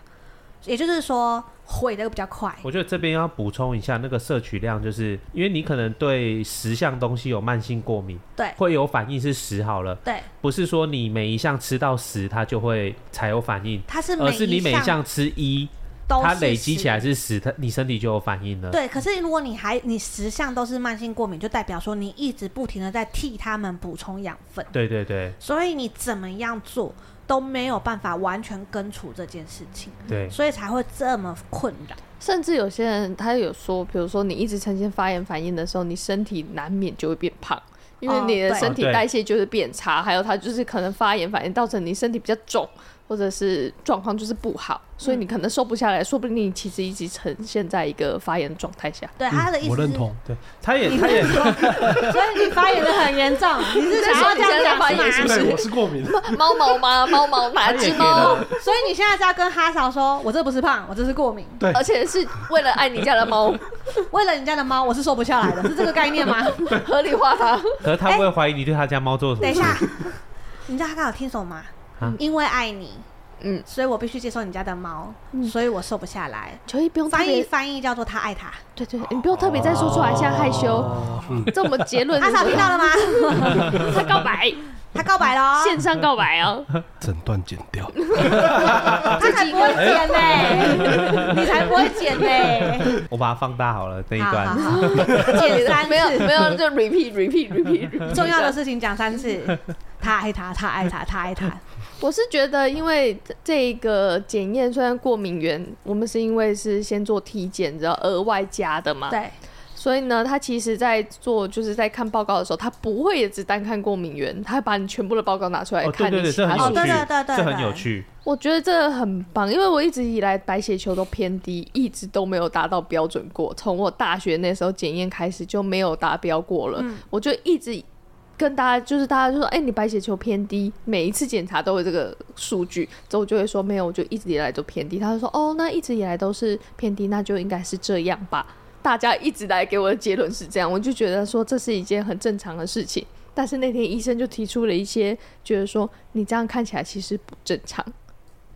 [SPEAKER 2] 也就是说，毁的比较快。
[SPEAKER 4] 我觉得这边要补充一下，那个摄取量，就是因为你可能对十项东西有慢性过敏，
[SPEAKER 2] 对
[SPEAKER 4] 会有反应是十好了，
[SPEAKER 2] 对，
[SPEAKER 4] 不是说你每一项吃到十它就会才有反应，
[SPEAKER 2] 它是
[SPEAKER 4] 而
[SPEAKER 2] 每
[SPEAKER 4] 哦是你每一项吃一，
[SPEAKER 2] 都
[SPEAKER 4] 它
[SPEAKER 2] 是
[SPEAKER 4] 累积
[SPEAKER 2] 十
[SPEAKER 4] 起来是十，它你身体就有反应了。
[SPEAKER 2] 对，可是如果你还你十项都是慢性过敏，就代表说你一直不停的在替他们补充养分，
[SPEAKER 4] 对对对
[SPEAKER 2] 所以你怎么样做都没有办法完全根除这件事情，
[SPEAKER 4] 对，
[SPEAKER 2] 所以才会这么困扰。
[SPEAKER 3] 甚至有些人他有说，比如说你一直呈现发炎反应的时候，你身体难免就会变胖，因为
[SPEAKER 2] 哦
[SPEAKER 3] 你的
[SPEAKER 2] 对
[SPEAKER 3] 身体
[SPEAKER 4] 哦对
[SPEAKER 3] 代谢就是变差，还有它就是可能发炎反应造成你身体比较肿，或者是状况就是不好，所以你可能瘦不下来，说不定你其实一直呈现在一个发炎的状态下。
[SPEAKER 2] 对他的意思
[SPEAKER 1] 嗯我
[SPEAKER 2] 是，
[SPEAKER 1] 认同。
[SPEAKER 4] 它也它也
[SPEAKER 2] 所以你发炎的很严重，你是想要这样讲
[SPEAKER 3] 你在说你现在在发炎
[SPEAKER 2] 是
[SPEAKER 3] 是不
[SPEAKER 2] 吗？
[SPEAKER 3] 是
[SPEAKER 1] 对，我是过敏。
[SPEAKER 3] 猫毛吗？猫毛哪
[SPEAKER 4] 它也
[SPEAKER 3] 只
[SPEAKER 4] 给
[SPEAKER 3] 猫？
[SPEAKER 4] 了，
[SPEAKER 2] 所以你现在是要跟哈嫂说，我这不是胖，我这是过敏。
[SPEAKER 1] 对
[SPEAKER 3] 而且是为了爱你家的猫，
[SPEAKER 2] 为了你家的猫，我是瘦不下来的，是这个概念吗？
[SPEAKER 3] 合理化它。
[SPEAKER 4] 可是他 会怀疑你对他家猫做了什
[SPEAKER 2] 等一
[SPEAKER 4] 么事。
[SPEAKER 2] 下，你知道他刚好听什么吗
[SPEAKER 4] 啊？
[SPEAKER 2] 因为爱你，
[SPEAKER 3] 嗯，
[SPEAKER 2] 所以我必须接受你家的猫，
[SPEAKER 3] 嗯
[SPEAKER 2] 所以我瘦不下来。
[SPEAKER 3] 球衣不用特
[SPEAKER 2] 翻译
[SPEAKER 3] 别，
[SPEAKER 2] 翻译叫做他爱他，
[SPEAKER 3] 对对，你不用特别再说出来，像害羞。这我们结论
[SPEAKER 2] 阿
[SPEAKER 3] 是
[SPEAKER 2] 嫂听到了吗？
[SPEAKER 3] 他告白，
[SPEAKER 2] 他告白了 哦，
[SPEAKER 3] 线上告白哦。
[SPEAKER 1] 整段剪掉。
[SPEAKER 2] 他才不会剪 嘞，你才不会剪嘞。
[SPEAKER 4] 我把它放大好了那一
[SPEAKER 2] 好好
[SPEAKER 4] 段。
[SPEAKER 2] 好，剪三
[SPEAKER 3] 没有
[SPEAKER 2] 次，
[SPEAKER 3] 没有，就 repeat repeat repeat, repeat。
[SPEAKER 2] 重要的事情讲三次。他爱他，他爱他，他爱他。
[SPEAKER 3] 我是觉得，因为这这个检验虽然过敏源，我们是因为是先做体检，然后额外加的嘛，
[SPEAKER 2] 对，
[SPEAKER 3] 所以呢，他其实在做就是在看报告的时候，他不会也只单看过敏源，他会把你全部的报告拿出来
[SPEAKER 4] 哦，
[SPEAKER 3] 看
[SPEAKER 4] 对对
[SPEAKER 3] 你
[SPEAKER 4] 对，
[SPEAKER 3] 其
[SPEAKER 4] 这
[SPEAKER 3] 他
[SPEAKER 4] 很有
[SPEAKER 3] 数
[SPEAKER 4] 趣，
[SPEAKER 3] 据。
[SPEAKER 2] 哦对对对对
[SPEAKER 4] 这很有趣。
[SPEAKER 3] 我觉得这很棒，因为我一直以来白血球都偏低，一直都没有达到标准过。从我大学那时候检验开始就没有达标过了，
[SPEAKER 2] 嗯
[SPEAKER 3] 我就一直跟大家就是大家就说，哎、你白血球偏低，每一次检查都有这个数据，之后我就会说没有，我就一直以来都偏低。他就说，哦，那一直以来都是偏低，那就应该是这样吧。大家一直来给我的结论是这样，我就觉得说这是一件很正常的事情。但是那天医生就提出了一些，觉得说你这样看起来其实不正常，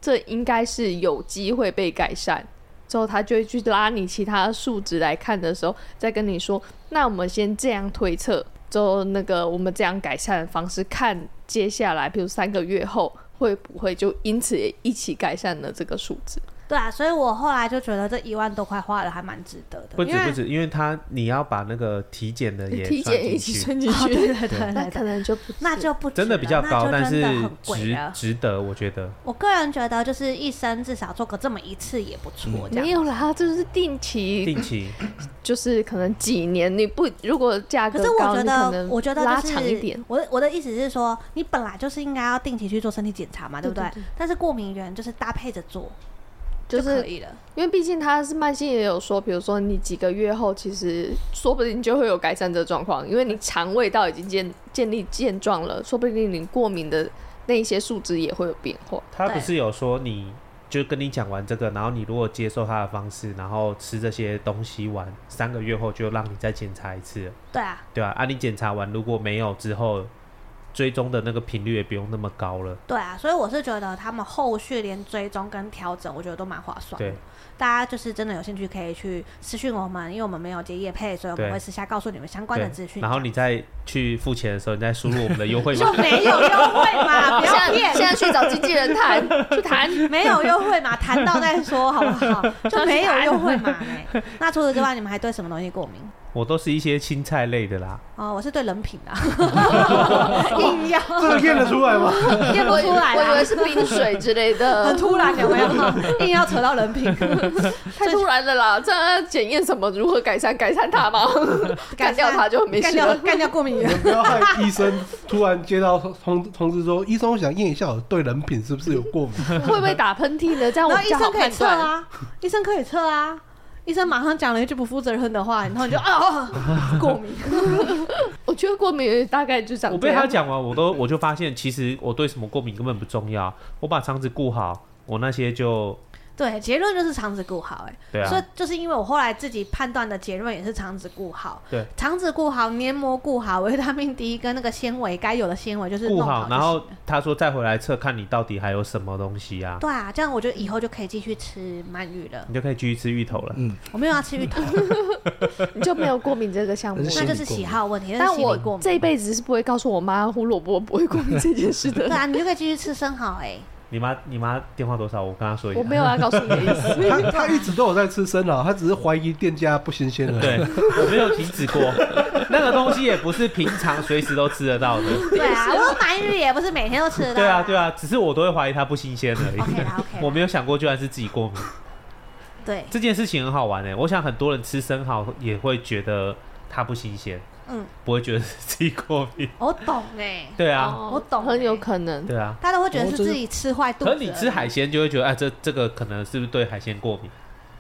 [SPEAKER 3] 这应该是有机会被改善。之后他就会去拉你其他数值来看的时候，再跟你说，那我们先这样推测，之后那个我们这样改善的方式，看接下来比如三个月后会不会就因此也一起改善了这个数值。
[SPEAKER 2] 对啊，所以我后来就觉得这一万多块花的还蛮值得的，
[SPEAKER 4] 不止
[SPEAKER 2] 因为
[SPEAKER 4] 不止，因为它你要把那个体检的也
[SPEAKER 3] 体
[SPEAKER 4] 算
[SPEAKER 3] 检也
[SPEAKER 4] 进
[SPEAKER 3] 一起
[SPEAKER 4] 去，
[SPEAKER 3] 算 进
[SPEAKER 2] 哦，
[SPEAKER 3] 去，
[SPEAKER 2] 对对对
[SPEAKER 3] 那
[SPEAKER 2] 对
[SPEAKER 3] 可
[SPEAKER 2] 对，
[SPEAKER 3] 能就不是
[SPEAKER 2] 那就不值
[SPEAKER 4] 真的
[SPEAKER 2] 了
[SPEAKER 4] 比较高，
[SPEAKER 2] 那
[SPEAKER 4] 但
[SPEAKER 2] 就是真的很贵
[SPEAKER 4] 值
[SPEAKER 2] 了。
[SPEAKER 4] 值得，我觉得。
[SPEAKER 2] 我个人觉得，就是一生至少做个这么一次也不
[SPEAKER 4] 嗯
[SPEAKER 2] 错，这
[SPEAKER 3] 没
[SPEAKER 2] 样。
[SPEAKER 3] 有啦，就是定
[SPEAKER 2] 嗯
[SPEAKER 3] 期，
[SPEAKER 4] 定 期
[SPEAKER 3] 就是可能几年你不如果价格
[SPEAKER 2] 可是我
[SPEAKER 3] 高，
[SPEAKER 2] 觉
[SPEAKER 3] 你
[SPEAKER 2] 得，
[SPEAKER 3] 可能
[SPEAKER 2] 我觉得
[SPEAKER 3] 拉
[SPEAKER 2] 就是
[SPEAKER 3] 长一点。
[SPEAKER 2] 我的我的意思是说，你本来就是应该要定期去做身体检查嘛，对不
[SPEAKER 3] 对
[SPEAKER 2] 对
[SPEAKER 3] 对？
[SPEAKER 2] 但是过敏源就是搭配着做
[SPEAKER 3] 就
[SPEAKER 2] 可
[SPEAKER 3] 是
[SPEAKER 2] 以了。
[SPEAKER 3] 因为毕竟他是慢性，也有说，比如说你几个月后，其实说不定就会有改善这状况，因为你肠胃道已经建建立健壮了，说不定你过敏的那一些数值也会有变化。
[SPEAKER 4] 他
[SPEAKER 2] 对
[SPEAKER 4] 不是有说你就跟你讲完这个，然后你如果接受他的方式，然后吃这些东西完三个月后就让你再检查一次了，
[SPEAKER 2] 对啊，
[SPEAKER 4] 对啊，啊，你检查完如果没有之后，追踪的那个频率也不用那么高了，
[SPEAKER 2] 对啊，所以我是觉得他们后续连追踪跟调整，我觉得都蛮划算的
[SPEAKER 4] 对。
[SPEAKER 2] 大家就是真的有兴趣可以去私讯我们，因为我们没有接业配，所以我们
[SPEAKER 4] 对
[SPEAKER 2] 会私下告诉你们相关的资
[SPEAKER 4] 对，
[SPEAKER 2] 讯。
[SPEAKER 4] 然后你再去付钱的时候，你再输入我们的优惠
[SPEAKER 2] 就，
[SPEAKER 4] 码
[SPEAKER 2] 没有优惠 嘛，不
[SPEAKER 3] 现
[SPEAKER 2] 要
[SPEAKER 3] 在
[SPEAKER 2] 骗
[SPEAKER 3] 现。在去找经纪人谈，去谈。
[SPEAKER 2] 没有优惠嘛，谈到再说好不好？就没有优惠嘛、哎那除此之外，你们还对什么东西过敏？
[SPEAKER 4] 我都是一些青菜类的啦，
[SPEAKER 2] 哦，我是对人 品啊，硬要
[SPEAKER 1] 这个验得出来吗？
[SPEAKER 2] 验不
[SPEAKER 3] 我以
[SPEAKER 2] 出来
[SPEAKER 3] 我以
[SPEAKER 2] 啦
[SPEAKER 3] 为，是冰水之类
[SPEAKER 2] 很
[SPEAKER 3] 的，
[SPEAKER 2] 呃突然有没 有？硬要扯到人品，
[SPEAKER 3] 太突然了啦！这样要检验什么？如何改善？改善它吗？干掉它就很没
[SPEAKER 2] 干
[SPEAKER 3] 事
[SPEAKER 2] 掉
[SPEAKER 3] 了。
[SPEAKER 2] 干掉过敏
[SPEAKER 1] 你
[SPEAKER 2] 源。
[SPEAKER 1] 们不要害医生突然接到通通知说，医生我想验一下我对人品是不是有过敏。
[SPEAKER 3] 会不会打喷嚏呢？这样我
[SPEAKER 2] 然后
[SPEAKER 3] 比
[SPEAKER 2] 医
[SPEAKER 3] 较好
[SPEAKER 2] 生可以
[SPEAKER 3] 判
[SPEAKER 2] 测
[SPEAKER 3] 断。
[SPEAKER 2] 啊，医生可以测啊，医生马上讲了一句不负责任的话，然后你就啊、过 敏。
[SPEAKER 3] 我觉得过敏源大概就长
[SPEAKER 4] 我
[SPEAKER 3] 这
[SPEAKER 4] 被他
[SPEAKER 3] 样。
[SPEAKER 4] 讲完，我都我就发现，其实我对什么过敏根本不重要，我把肠子顾好，我那些就
[SPEAKER 2] 对，结论就是肠子顾好、哎、
[SPEAKER 4] 对啊
[SPEAKER 2] 所，以就是因为我后来自己判断的结论也是肠子顾好，
[SPEAKER 4] 对，
[SPEAKER 2] 肠子顾好，黏膜顾好，维他命 D 跟那个纤维该有的纤维就是
[SPEAKER 4] 顾
[SPEAKER 2] 弄
[SPEAKER 4] 好，
[SPEAKER 2] 就
[SPEAKER 4] 然后
[SPEAKER 2] 行了
[SPEAKER 4] 他说再回来测看你到底还有什么东西啊，
[SPEAKER 2] 对啊，这样我觉得以后就可以继续吃鳗鱼了。
[SPEAKER 4] 你就可以继续吃芋头了。
[SPEAKER 5] 嗯，
[SPEAKER 2] 我没有要吃鱼 头，
[SPEAKER 3] 你就没有过敏这个项目
[SPEAKER 5] 那。
[SPEAKER 2] 那
[SPEAKER 5] 是
[SPEAKER 2] 就是喜好问题。那
[SPEAKER 3] 但
[SPEAKER 2] 是心理
[SPEAKER 3] 我
[SPEAKER 2] 过敏
[SPEAKER 3] 这一辈子是不会告诉我妈胡萝卜不会过敏这件事
[SPEAKER 2] 对
[SPEAKER 3] 的。
[SPEAKER 2] 啊，你就可以继续吃生蚝 哎、
[SPEAKER 4] 你妈，你妈电话多少？我跟她说 一
[SPEAKER 3] 我
[SPEAKER 4] 下。
[SPEAKER 3] 没有要告诉你的意思。
[SPEAKER 4] 啊
[SPEAKER 1] 他 他一直都有在吃生蚝，他只是怀疑店家不新鲜而已。
[SPEAKER 4] 对，我没有停止过。 那个东西也不是平常随时都吃得到的。
[SPEAKER 2] 对啊，我说鳗鱼也不是每天都吃的。
[SPEAKER 4] 对啊，对。啊，只是我都会怀疑它不新鲜而已。
[SPEAKER 2] OK 啦，OK 啦
[SPEAKER 4] 我没有想过，居然是自己过敏。
[SPEAKER 2] 对，
[SPEAKER 4] 这件事情很好玩诶、欸我想很多人吃生蚝也会觉得它不新鲜，
[SPEAKER 2] 嗯，
[SPEAKER 4] 不会觉得是自己过敏。
[SPEAKER 2] 我懂哎、
[SPEAKER 4] 对啊，
[SPEAKER 3] 哦
[SPEAKER 2] 我懂
[SPEAKER 3] 很有
[SPEAKER 2] 欸
[SPEAKER 3] 可能。
[SPEAKER 4] 对啊。
[SPEAKER 2] 大家都会觉得是
[SPEAKER 5] 我就是
[SPEAKER 2] 自己吃坏肚子
[SPEAKER 4] 可
[SPEAKER 2] 而
[SPEAKER 4] 是
[SPEAKER 2] 已。
[SPEAKER 4] 你吃海鲜哦就会觉得，哎、这这个可能是不是对海鲜过敏？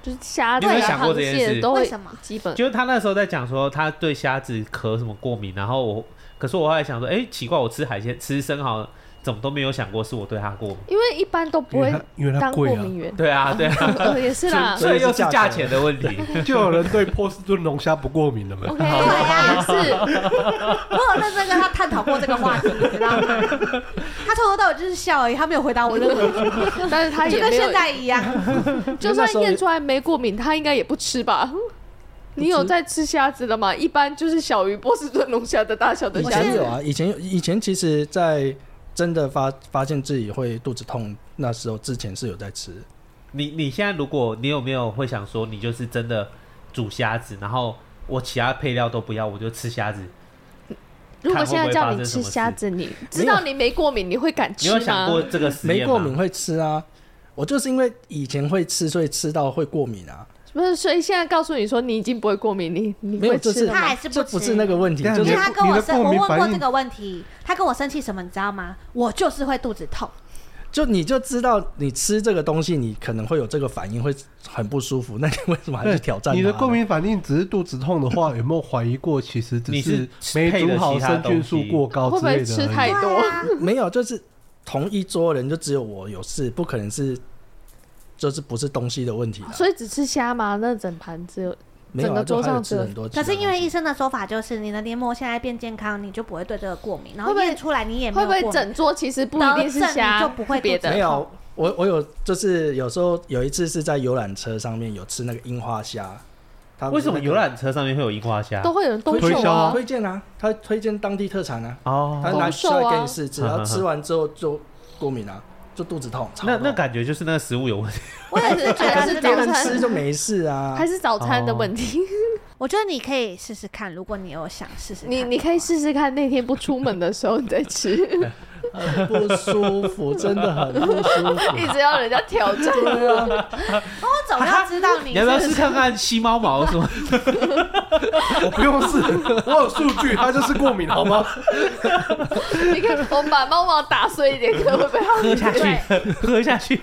[SPEAKER 3] 就是虾子
[SPEAKER 4] 你有没
[SPEAKER 3] 啊、
[SPEAKER 4] 有想过
[SPEAKER 3] 螃
[SPEAKER 4] 这件
[SPEAKER 3] 蟹
[SPEAKER 4] 事
[SPEAKER 3] 都
[SPEAKER 2] 为
[SPEAKER 3] 会
[SPEAKER 2] 什么
[SPEAKER 3] 基本。
[SPEAKER 4] 就是他那时候在讲说他对虾子壳什么过敏，然后我，可是我后来想说，哎、奇怪，我吃海鲜吃生蚝怎么都没有想过是我对它过敏。
[SPEAKER 3] 因为一般都不
[SPEAKER 1] 因为
[SPEAKER 3] 会
[SPEAKER 1] 它因为它
[SPEAKER 3] 当过
[SPEAKER 1] 贵啊，
[SPEAKER 3] 敏源，
[SPEAKER 4] 对啊，对啊，
[SPEAKER 3] 呃也是 啦。
[SPEAKER 4] 所以又是
[SPEAKER 5] 所以是
[SPEAKER 4] 价
[SPEAKER 5] 价钱
[SPEAKER 4] 钱的问题。
[SPEAKER 1] 就有人对波士顿龙虾不过敏了没？
[SPEAKER 3] OK，也 是
[SPEAKER 2] 我有认真跟他探讨过这个话题，你知道吗？他从头到尾就是笑而已，他没有回答我任何问题，，
[SPEAKER 3] 但是他
[SPEAKER 2] 就
[SPEAKER 3] 也
[SPEAKER 2] 跟
[SPEAKER 3] 没有
[SPEAKER 2] 现，在一样。
[SPEAKER 3] 就
[SPEAKER 5] 那
[SPEAKER 3] 算
[SPEAKER 5] 时候
[SPEAKER 3] 验出来没过敏，他应该也不吃 吧？你有在吃虾子的吗？一般就是小于波士顿龙虾的大小的
[SPEAKER 5] 以
[SPEAKER 3] 虾
[SPEAKER 5] 前有
[SPEAKER 3] 子。
[SPEAKER 5] 啊，以前有以前其实，在真的发发现自己会肚子痛，那时候之前是有在吃，
[SPEAKER 4] 你你现在如果你有没有会想说，你就是真的煮虾子，然后我其他配料都不要，我就吃虾子。
[SPEAKER 3] 如果
[SPEAKER 4] 看会
[SPEAKER 3] 现
[SPEAKER 4] 不会
[SPEAKER 3] 在叫
[SPEAKER 4] 发
[SPEAKER 3] 你
[SPEAKER 4] 生什
[SPEAKER 3] 吃
[SPEAKER 4] 么事
[SPEAKER 3] 虾子，你知道你没过敏，你会敢
[SPEAKER 4] 你
[SPEAKER 3] 吃
[SPEAKER 4] 有想
[SPEAKER 3] 吗？
[SPEAKER 4] 过这个实验
[SPEAKER 5] 没
[SPEAKER 4] 吗？
[SPEAKER 5] 过敏会吃啊。我就是因为以前会吃，所以吃到会过敏啊。
[SPEAKER 3] 不是，所以现在告诉你说你已经不会过敏，你你
[SPEAKER 5] 没有，
[SPEAKER 3] 会
[SPEAKER 5] 这
[SPEAKER 3] 吃
[SPEAKER 5] 是
[SPEAKER 3] 了
[SPEAKER 2] 他
[SPEAKER 3] 吗？
[SPEAKER 2] 还是不
[SPEAKER 5] 这不是那个问题，
[SPEAKER 1] 但
[SPEAKER 5] 就
[SPEAKER 2] 因
[SPEAKER 5] 是
[SPEAKER 2] 为他跟我生，我
[SPEAKER 1] 你的过敏
[SPEAKER 2] 问过
[SPEAKER 1] 反应
[SPEAKER 2] 这个问题，他跟我生气什么，你知道吗？我就是会肚子痛，
[SPEAKER 5] 就你就知道你吃这个东西，你可能会有这个反应，会很不舒服。那你为什么还去挑战它呢？
[SPEAKER 1] 你的过敏反应只是肚子痛的话，有没有怀疑过？其实只
[SPEAKER 4] 你是
[SPEAKER 1] 没
[SPEAKER 4] 配
[SPEAKER 1] 煮
[SPEAKER 4] 了
[SPEAKER 1] 好
[SPEAKER 4] 其他
[SPEAKER 1] 生菌
[SPEAKER 4] 东
[SPEAKER 1] 数
[SPEAKER 4] 西
[SPEAKER 1] 过高
[SPEAKER 3] 会不
[SPEAKER 1] 哦之类的哎
[SPEAKER 3] 会吃
[SPEAKER 1] 而已
[SPEAKER 3] 太多？
[SPEAKER 2] 对啊
[SPEAKER 5] 没有，就是同一桌人就只有我有事，不可能是就是不是东西的问题啦。
[SPEAKER 3] 所以只吃虾吗？那整盘只有
[SPEAKER 5] 没有、啊，
[SPEAKER 3] 整个桌上
[SPEAKER 5] 就还有吃
[SPEAKER 3] 只有
[SPEAKER 5] 很多其他
[SPEAKER 2] 可
[SPEAKER 5] 东西。
[SPEAKER 2] 是因为医生的说法就是，你的黏膜现在变健康，你就不会对这个过敏，然后
[SPEAKER 3] 会不会
[SPEAKER 2] 验出来你也没
[SPEAKER 3] 会
[SPEAKER 2] 有
[SPEAKER 3] 不
[SPEAKER 2] 过
[SPEAKER 3] 会
[SPEAKER 2] 敏。
[SPEAKER 3] 整桌其实不一定是虾，
[SPEAKER 2] 得正你就不会
[SPEAKER 3] 别
[SPEAKER 2] 肚子
[SPEAKER 5] 没
[SPEAKER 3] 的？
[SPEAKER 5] 有，我我有就是有时候有一次是在游览车上面有吃那个樱花虾，他
[SPEAKER 4] 为什么游览车上面会有樱花虾？
[SPEAKER 3] 都会有人兜
[SPEAKER 1] 推
[SPEAKER 3] 售
[SPEAKER 1] 销啊
[SPEAKER 3] 啊，
[SPEAKER 5] 推荐啊？他推荐当地特产啊，他
[SPEAKER 4] 哦，
[SPEAKER 5] 拿
[SPEAKER 3] 兜
[SPEAKER 5] 出
[SPEAKER 3] 售
[SPEAKER 5] 来给
[SPEAKER 3] 啊
[SPEAKER 5] 你试吃，
[SPEAKER 4] 呵呵
[SPEAKER 5] 然
[SPEAKER 4] 呵
[SPEAKER 5] 后吃完之后就过敏啊，就肚子痛。
[SPEAKER 4] 那
[SPEAKER 5] 肠
[SPEAKER 4] 那
[SPEAKER 5] 痛
[SPEAKER 4] 感觉就是那个食物有问题。
[SPEAKER 2] 我也
[SPEAKER 5] 哎
[SPEAKER 2] 是觉得
[SPEAKER 3] 还
[SPEAKER 2] 是这
[SPEAKER 3] 是
[SPEAKER 5] 别
[SPEAKER 3] 早
[SPEAKER 5] 人
[SPEAKER 2] 样。
[SPEAKER 5] 吃就没事啊
[SPEAKER 3] 还。是早餐的问题？
[SPEAKER 1] 哦
[SPEAKER 2] 我觉得你可以试试看，如果你有想试试看，
[SPEAKER 3] 你你可以试试看，那天不出门的时候你再 吃，
[SPEAKER 5] 不舒服，真的很不舒服。
[SPEAKER 3] 一直要人家挑战。
[SPEAKER 5] 对啊，
[SPEAKER 2] 我总要知道你
[SPEAKER 4] 你要不要
[SPEAKER 2] 是
[SPEAKER 4] 试看看吸猫毛什么？
[SPEAKER 1] 我 不用试，我有数据，它就是过敏，好吗？
[SPEAKER 3] 你看，我们把猫毛打碎一点，看会不会好
[SPEAKER 4] 喝下去
[SPEAKER 3] 对，
[SPEAKER 4] 喝 下去。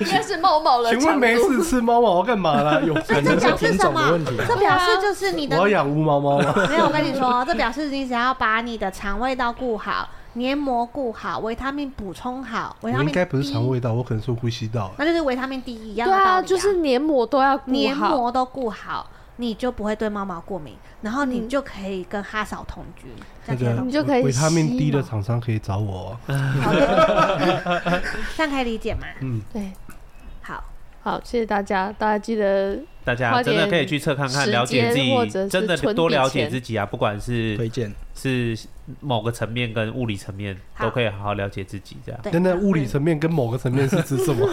[SPEAKER 3] 应该是猫毛的
[SPEAKER 1] 请
[SPEAKER 3] 长
[SPEAKER 1] 问
[SPEAKER 3] 度。
[SPEAKER 1] 没事吃猫毛干嘛 啦？有
[SPEAKER 2] 所以
[SPEAKER 1] 病
[SPEAKER 2] 这
[SPEAKER 1] 啊
[SPEAKER 2] 表示
[SPEAKER 5] 品
[SPEAKER 2] 什
[SPEAKER 5] 种的
[SPEAKER 2] 么
[SPEAKER 5] 问题？啊
[SPEAKER 2] 这表示就是你
[SPEAKER 1] 我
[SPEAKER 2] 的
[SPEAKER 1] 要养乌猫猫吗？
[SPEAKER 2] 没有，我跟你说，这表示你只要把你的肠胃道顾好，黏膜顾好，维他命补充好，
[SPEAKER 1] 我
[SPEAKER 2] 维他命
[SPEAKER 1] 应该不是肠
[SPEAKER 2] B，
[SPEAKER 1] 胃道，我可能是呼吸 道。
[SPEAKER 2] 那就是维他命 D 一样
[SPEAKER 3] 对
[SPEAKER 2] 的道理、
[SPEAKER 3] 啊，就是黏膜都要顾
[SPEAKER 2] 黏
[SPEAKER 3] 好。
[SPEAKER 2] 膜都顾好，你就不会对猫毛过敏，然后你就可以跟哈嫂同居。这
[SPEAKER 1] 那个
[SPEAKER 2] 样可以懂
[SPEAKER 3] 你就可以
[SPEAKER 1] 维他命
[SPEAKER 3] 吸
[SPEAKER 1] D 的
[SPEAKER 3] 嘛
[SPEAKER 1] 厂商可以找我哦。
[SPEAKER 2] 这样可以理解吗？
[SPEAKER 1] 嗯，
[SPEAKER 3] 对，
[SPEAKER 2] 好，
[SPEAKER 3] 好，谢谢大家，大家记得
[SPEAKER 4] 大家
[SPEAKER 3] 花
[SPEAKER 4] 真的
[SPEAKER 3] 点
[SPEAKER 4] 可以去测看看，
[SPEAKER 3] 时
[SPEAKER 4] 了解
[SPEAKER 3] 间
[SPEAKER 4] 自
[SPEAKER 3] 或者
[SPEAKER 4] 己，
[SPEAKER 3] 是
[SPEAKER 4] 真的
[SPEAKER 3] 存
[SPEAKER 4] 多
[SPEAKER 3] 点
[SPEAKER 4] 了解
[SPEAKER 3] 钱
[SPEAKER 4] 自己啊！不管是
[SPEAKER 5] 推荐
[SPEAKER 4] 是某个层面跟物理层面，
[SPEAKER 2] 好
[SPEAKER 4] 都可以好好了解自己这样。
[SPEAKER 2] 对。
[SPEAKER 1] 等等，物理层面跟某个层面是指什 么？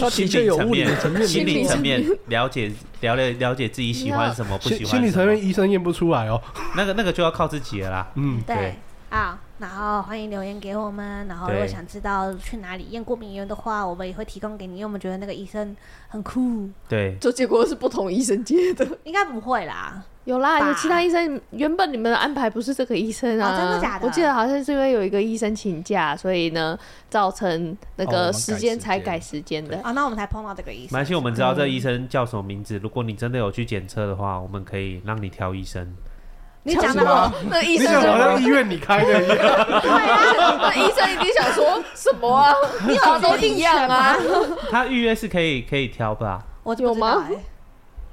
[SPEAKER 5] 它的确有物理层面
[SPEAKER 3] 心
[SPEAKER 4] 心理
[SPEAKER 3] 理
[SPEAKER 4] 层
[SPEAKER 3] 层
[SPEAKER 4] 面了解了解了解自己喜欢什么，不喜
[SPEAKER 1] 心
[SPEAKER 4] 欢
[SPEAKER 1] 心理
[SPEAKER 4] 什
[SPEAKER 1] 层
[SPEAKER 4] 么
[SPEAKER 1] 面医生验不出来哦。
[SPEAKER 4] 那个那个就要靠自己了啦。
[SPEAKER 1] 嗯，
[SPEAKER 2] 对
[SPEAKER 4] 对
[SPEAKER 2] 啊，然后欢迎留言给我们。然后如果
[SPEAKER 4] 对
[SPEAKER 2] 想知道去哪里验过敏源的话，我们也会提供给你，因为我们觉得那个医生很酷。
[SPEAKER 4] 对，
[SPEAKER 3] 就结果是不同医生接的。
[SPEAKER 2] 应该不会啦，
[SPEAKER 3] 有啦，
[SPEAKER 2] 吧
[SPEAKER 3] 有其他医生。原本你们的安排不是这个医生啊？
[SPEAKER 2] 哦真的假的
[SPEAKER 3] 我记得好像是因为有一个医生请假，所以呢，造成那
[SPEAKER 5] 哦我
[SPEAKER 3] 个
[SPEAKER 5] 们
[SPEAKER 3] 时间
[SPEAKER 5] 改时
[SPEAKER 3] 才
[SPEAKER 5] 间
[SPEAKER 3] 改时间的。
[SPEAKER 2] 啊，那我们才碰到这个医
[SPEAKER 4] 没
[SPEAKER 2] 生
[SPEAKER 4] 关。系，我们知
[SPEAKER 3] 嗯
[SPEAKER 4] 道这医生叫什么名字。如果你真的有去检测的话，我们可以让你挑医生。
[SPEAKER 2] 你讲的
[SPEAKER 3] 什
[SPEAKER 2] 好
[SPEAKER 3] 么，？那个医
[SPEAKER 1] 你
[SPEAKER 3] 生
[SPEAKER 1] 想
[SPEAKER 3] 就
[SPEAKER 1] 好像医院你开 的一样。
[SPEAKER 3] 那医生一定想说什么 啊？你好都一样啊？
[SPEAKER 4] 他预约是可以可以挑吧？
[SPEAKER 2] 我不知道
[SPEAKER 3] 有吗
[SPEAKER 2] 欸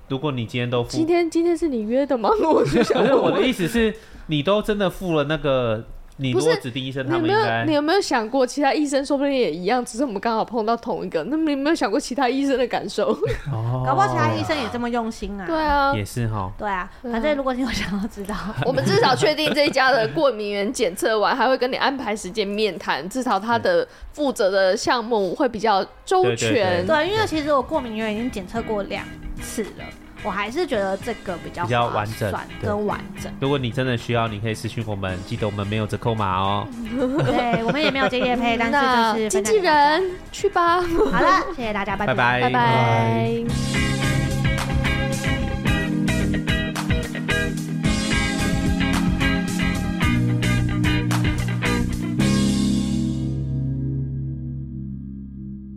[SPEAKER 4] 如果你今天都
[SPEAKER 3] 今
[SPEAKER 4] 付，
[SPEAKER 3] 天今天是你约的吗？我就想
[SPEAKER 4] 不是我
[SPEAKER 3] 问
[SPEAKER 4] 的。意思是，你都真的付了那个，你如
[SPEAKER 3] 不是
[SPEAKER 4] 果指定医生，
[SPEAKER 3] 你
[SPEAKER 4] 他
[SPEAKER 3] 有
[SPEAKER 4] 们
[SPEAKER 3] 没
[SPEAKER 4] 应
[SPEAKER 3] 有你
[SPEAKER 4] 该
[SPEAKER 3] 有没有想过，其他医生说不定也一样，只是我们刚好碰到同一个。那你有没有想过其他医生的感 受？
[SPEAKER 4] 哦
[SPEAKER 2] 搞不好其他医生也这么用心啊。
[SPEAKER 3] 对啊，
[SPEAKER 4] 也是哈。
[SPEAKER 2] 对啊，
[SPEAKER 3] 对啊
[SPEAKER 2] 反正如果你有想要知道，
[SPEAKER 3] 我们至少确定这一家的过敏源检测完，还会跟你安排时间面谈，至少他的负责的项目会比较周全。
[SPEAKER 2] 对，啊因为其实我过敏源已经检测过两次了，我还是觉得这个比较
[SPEAKER 4] 比较
[SPEAKER 2] 划
[SPEAKER 4] 完整
[SPEAKER 2] 算
[SPEAKER 4] 对
[SPEAKER 2] 跟完整。
[SPEAKER 4] 如果你真的需要，你可以私讯我们，记得我们没有折扣码哦。
[SPEAKER 3] 嗯
[SPEAKER 2] 对，我们也没有接业配，但是
[SPEAKER 3] 那
[SPEAKER 2] 就是
[SPEAKER 3] 经
[SPEAKER 2] 分享
[SPEAKER 3] 纪
[SPEAKER 2] 给大家。
[SPEAKER 3] 人去吧，
[SPEAKER 2] 好了，谢谢大家，拜
[SPEAKER 4] 拜拜
[SPEAKER 3] 拜拜。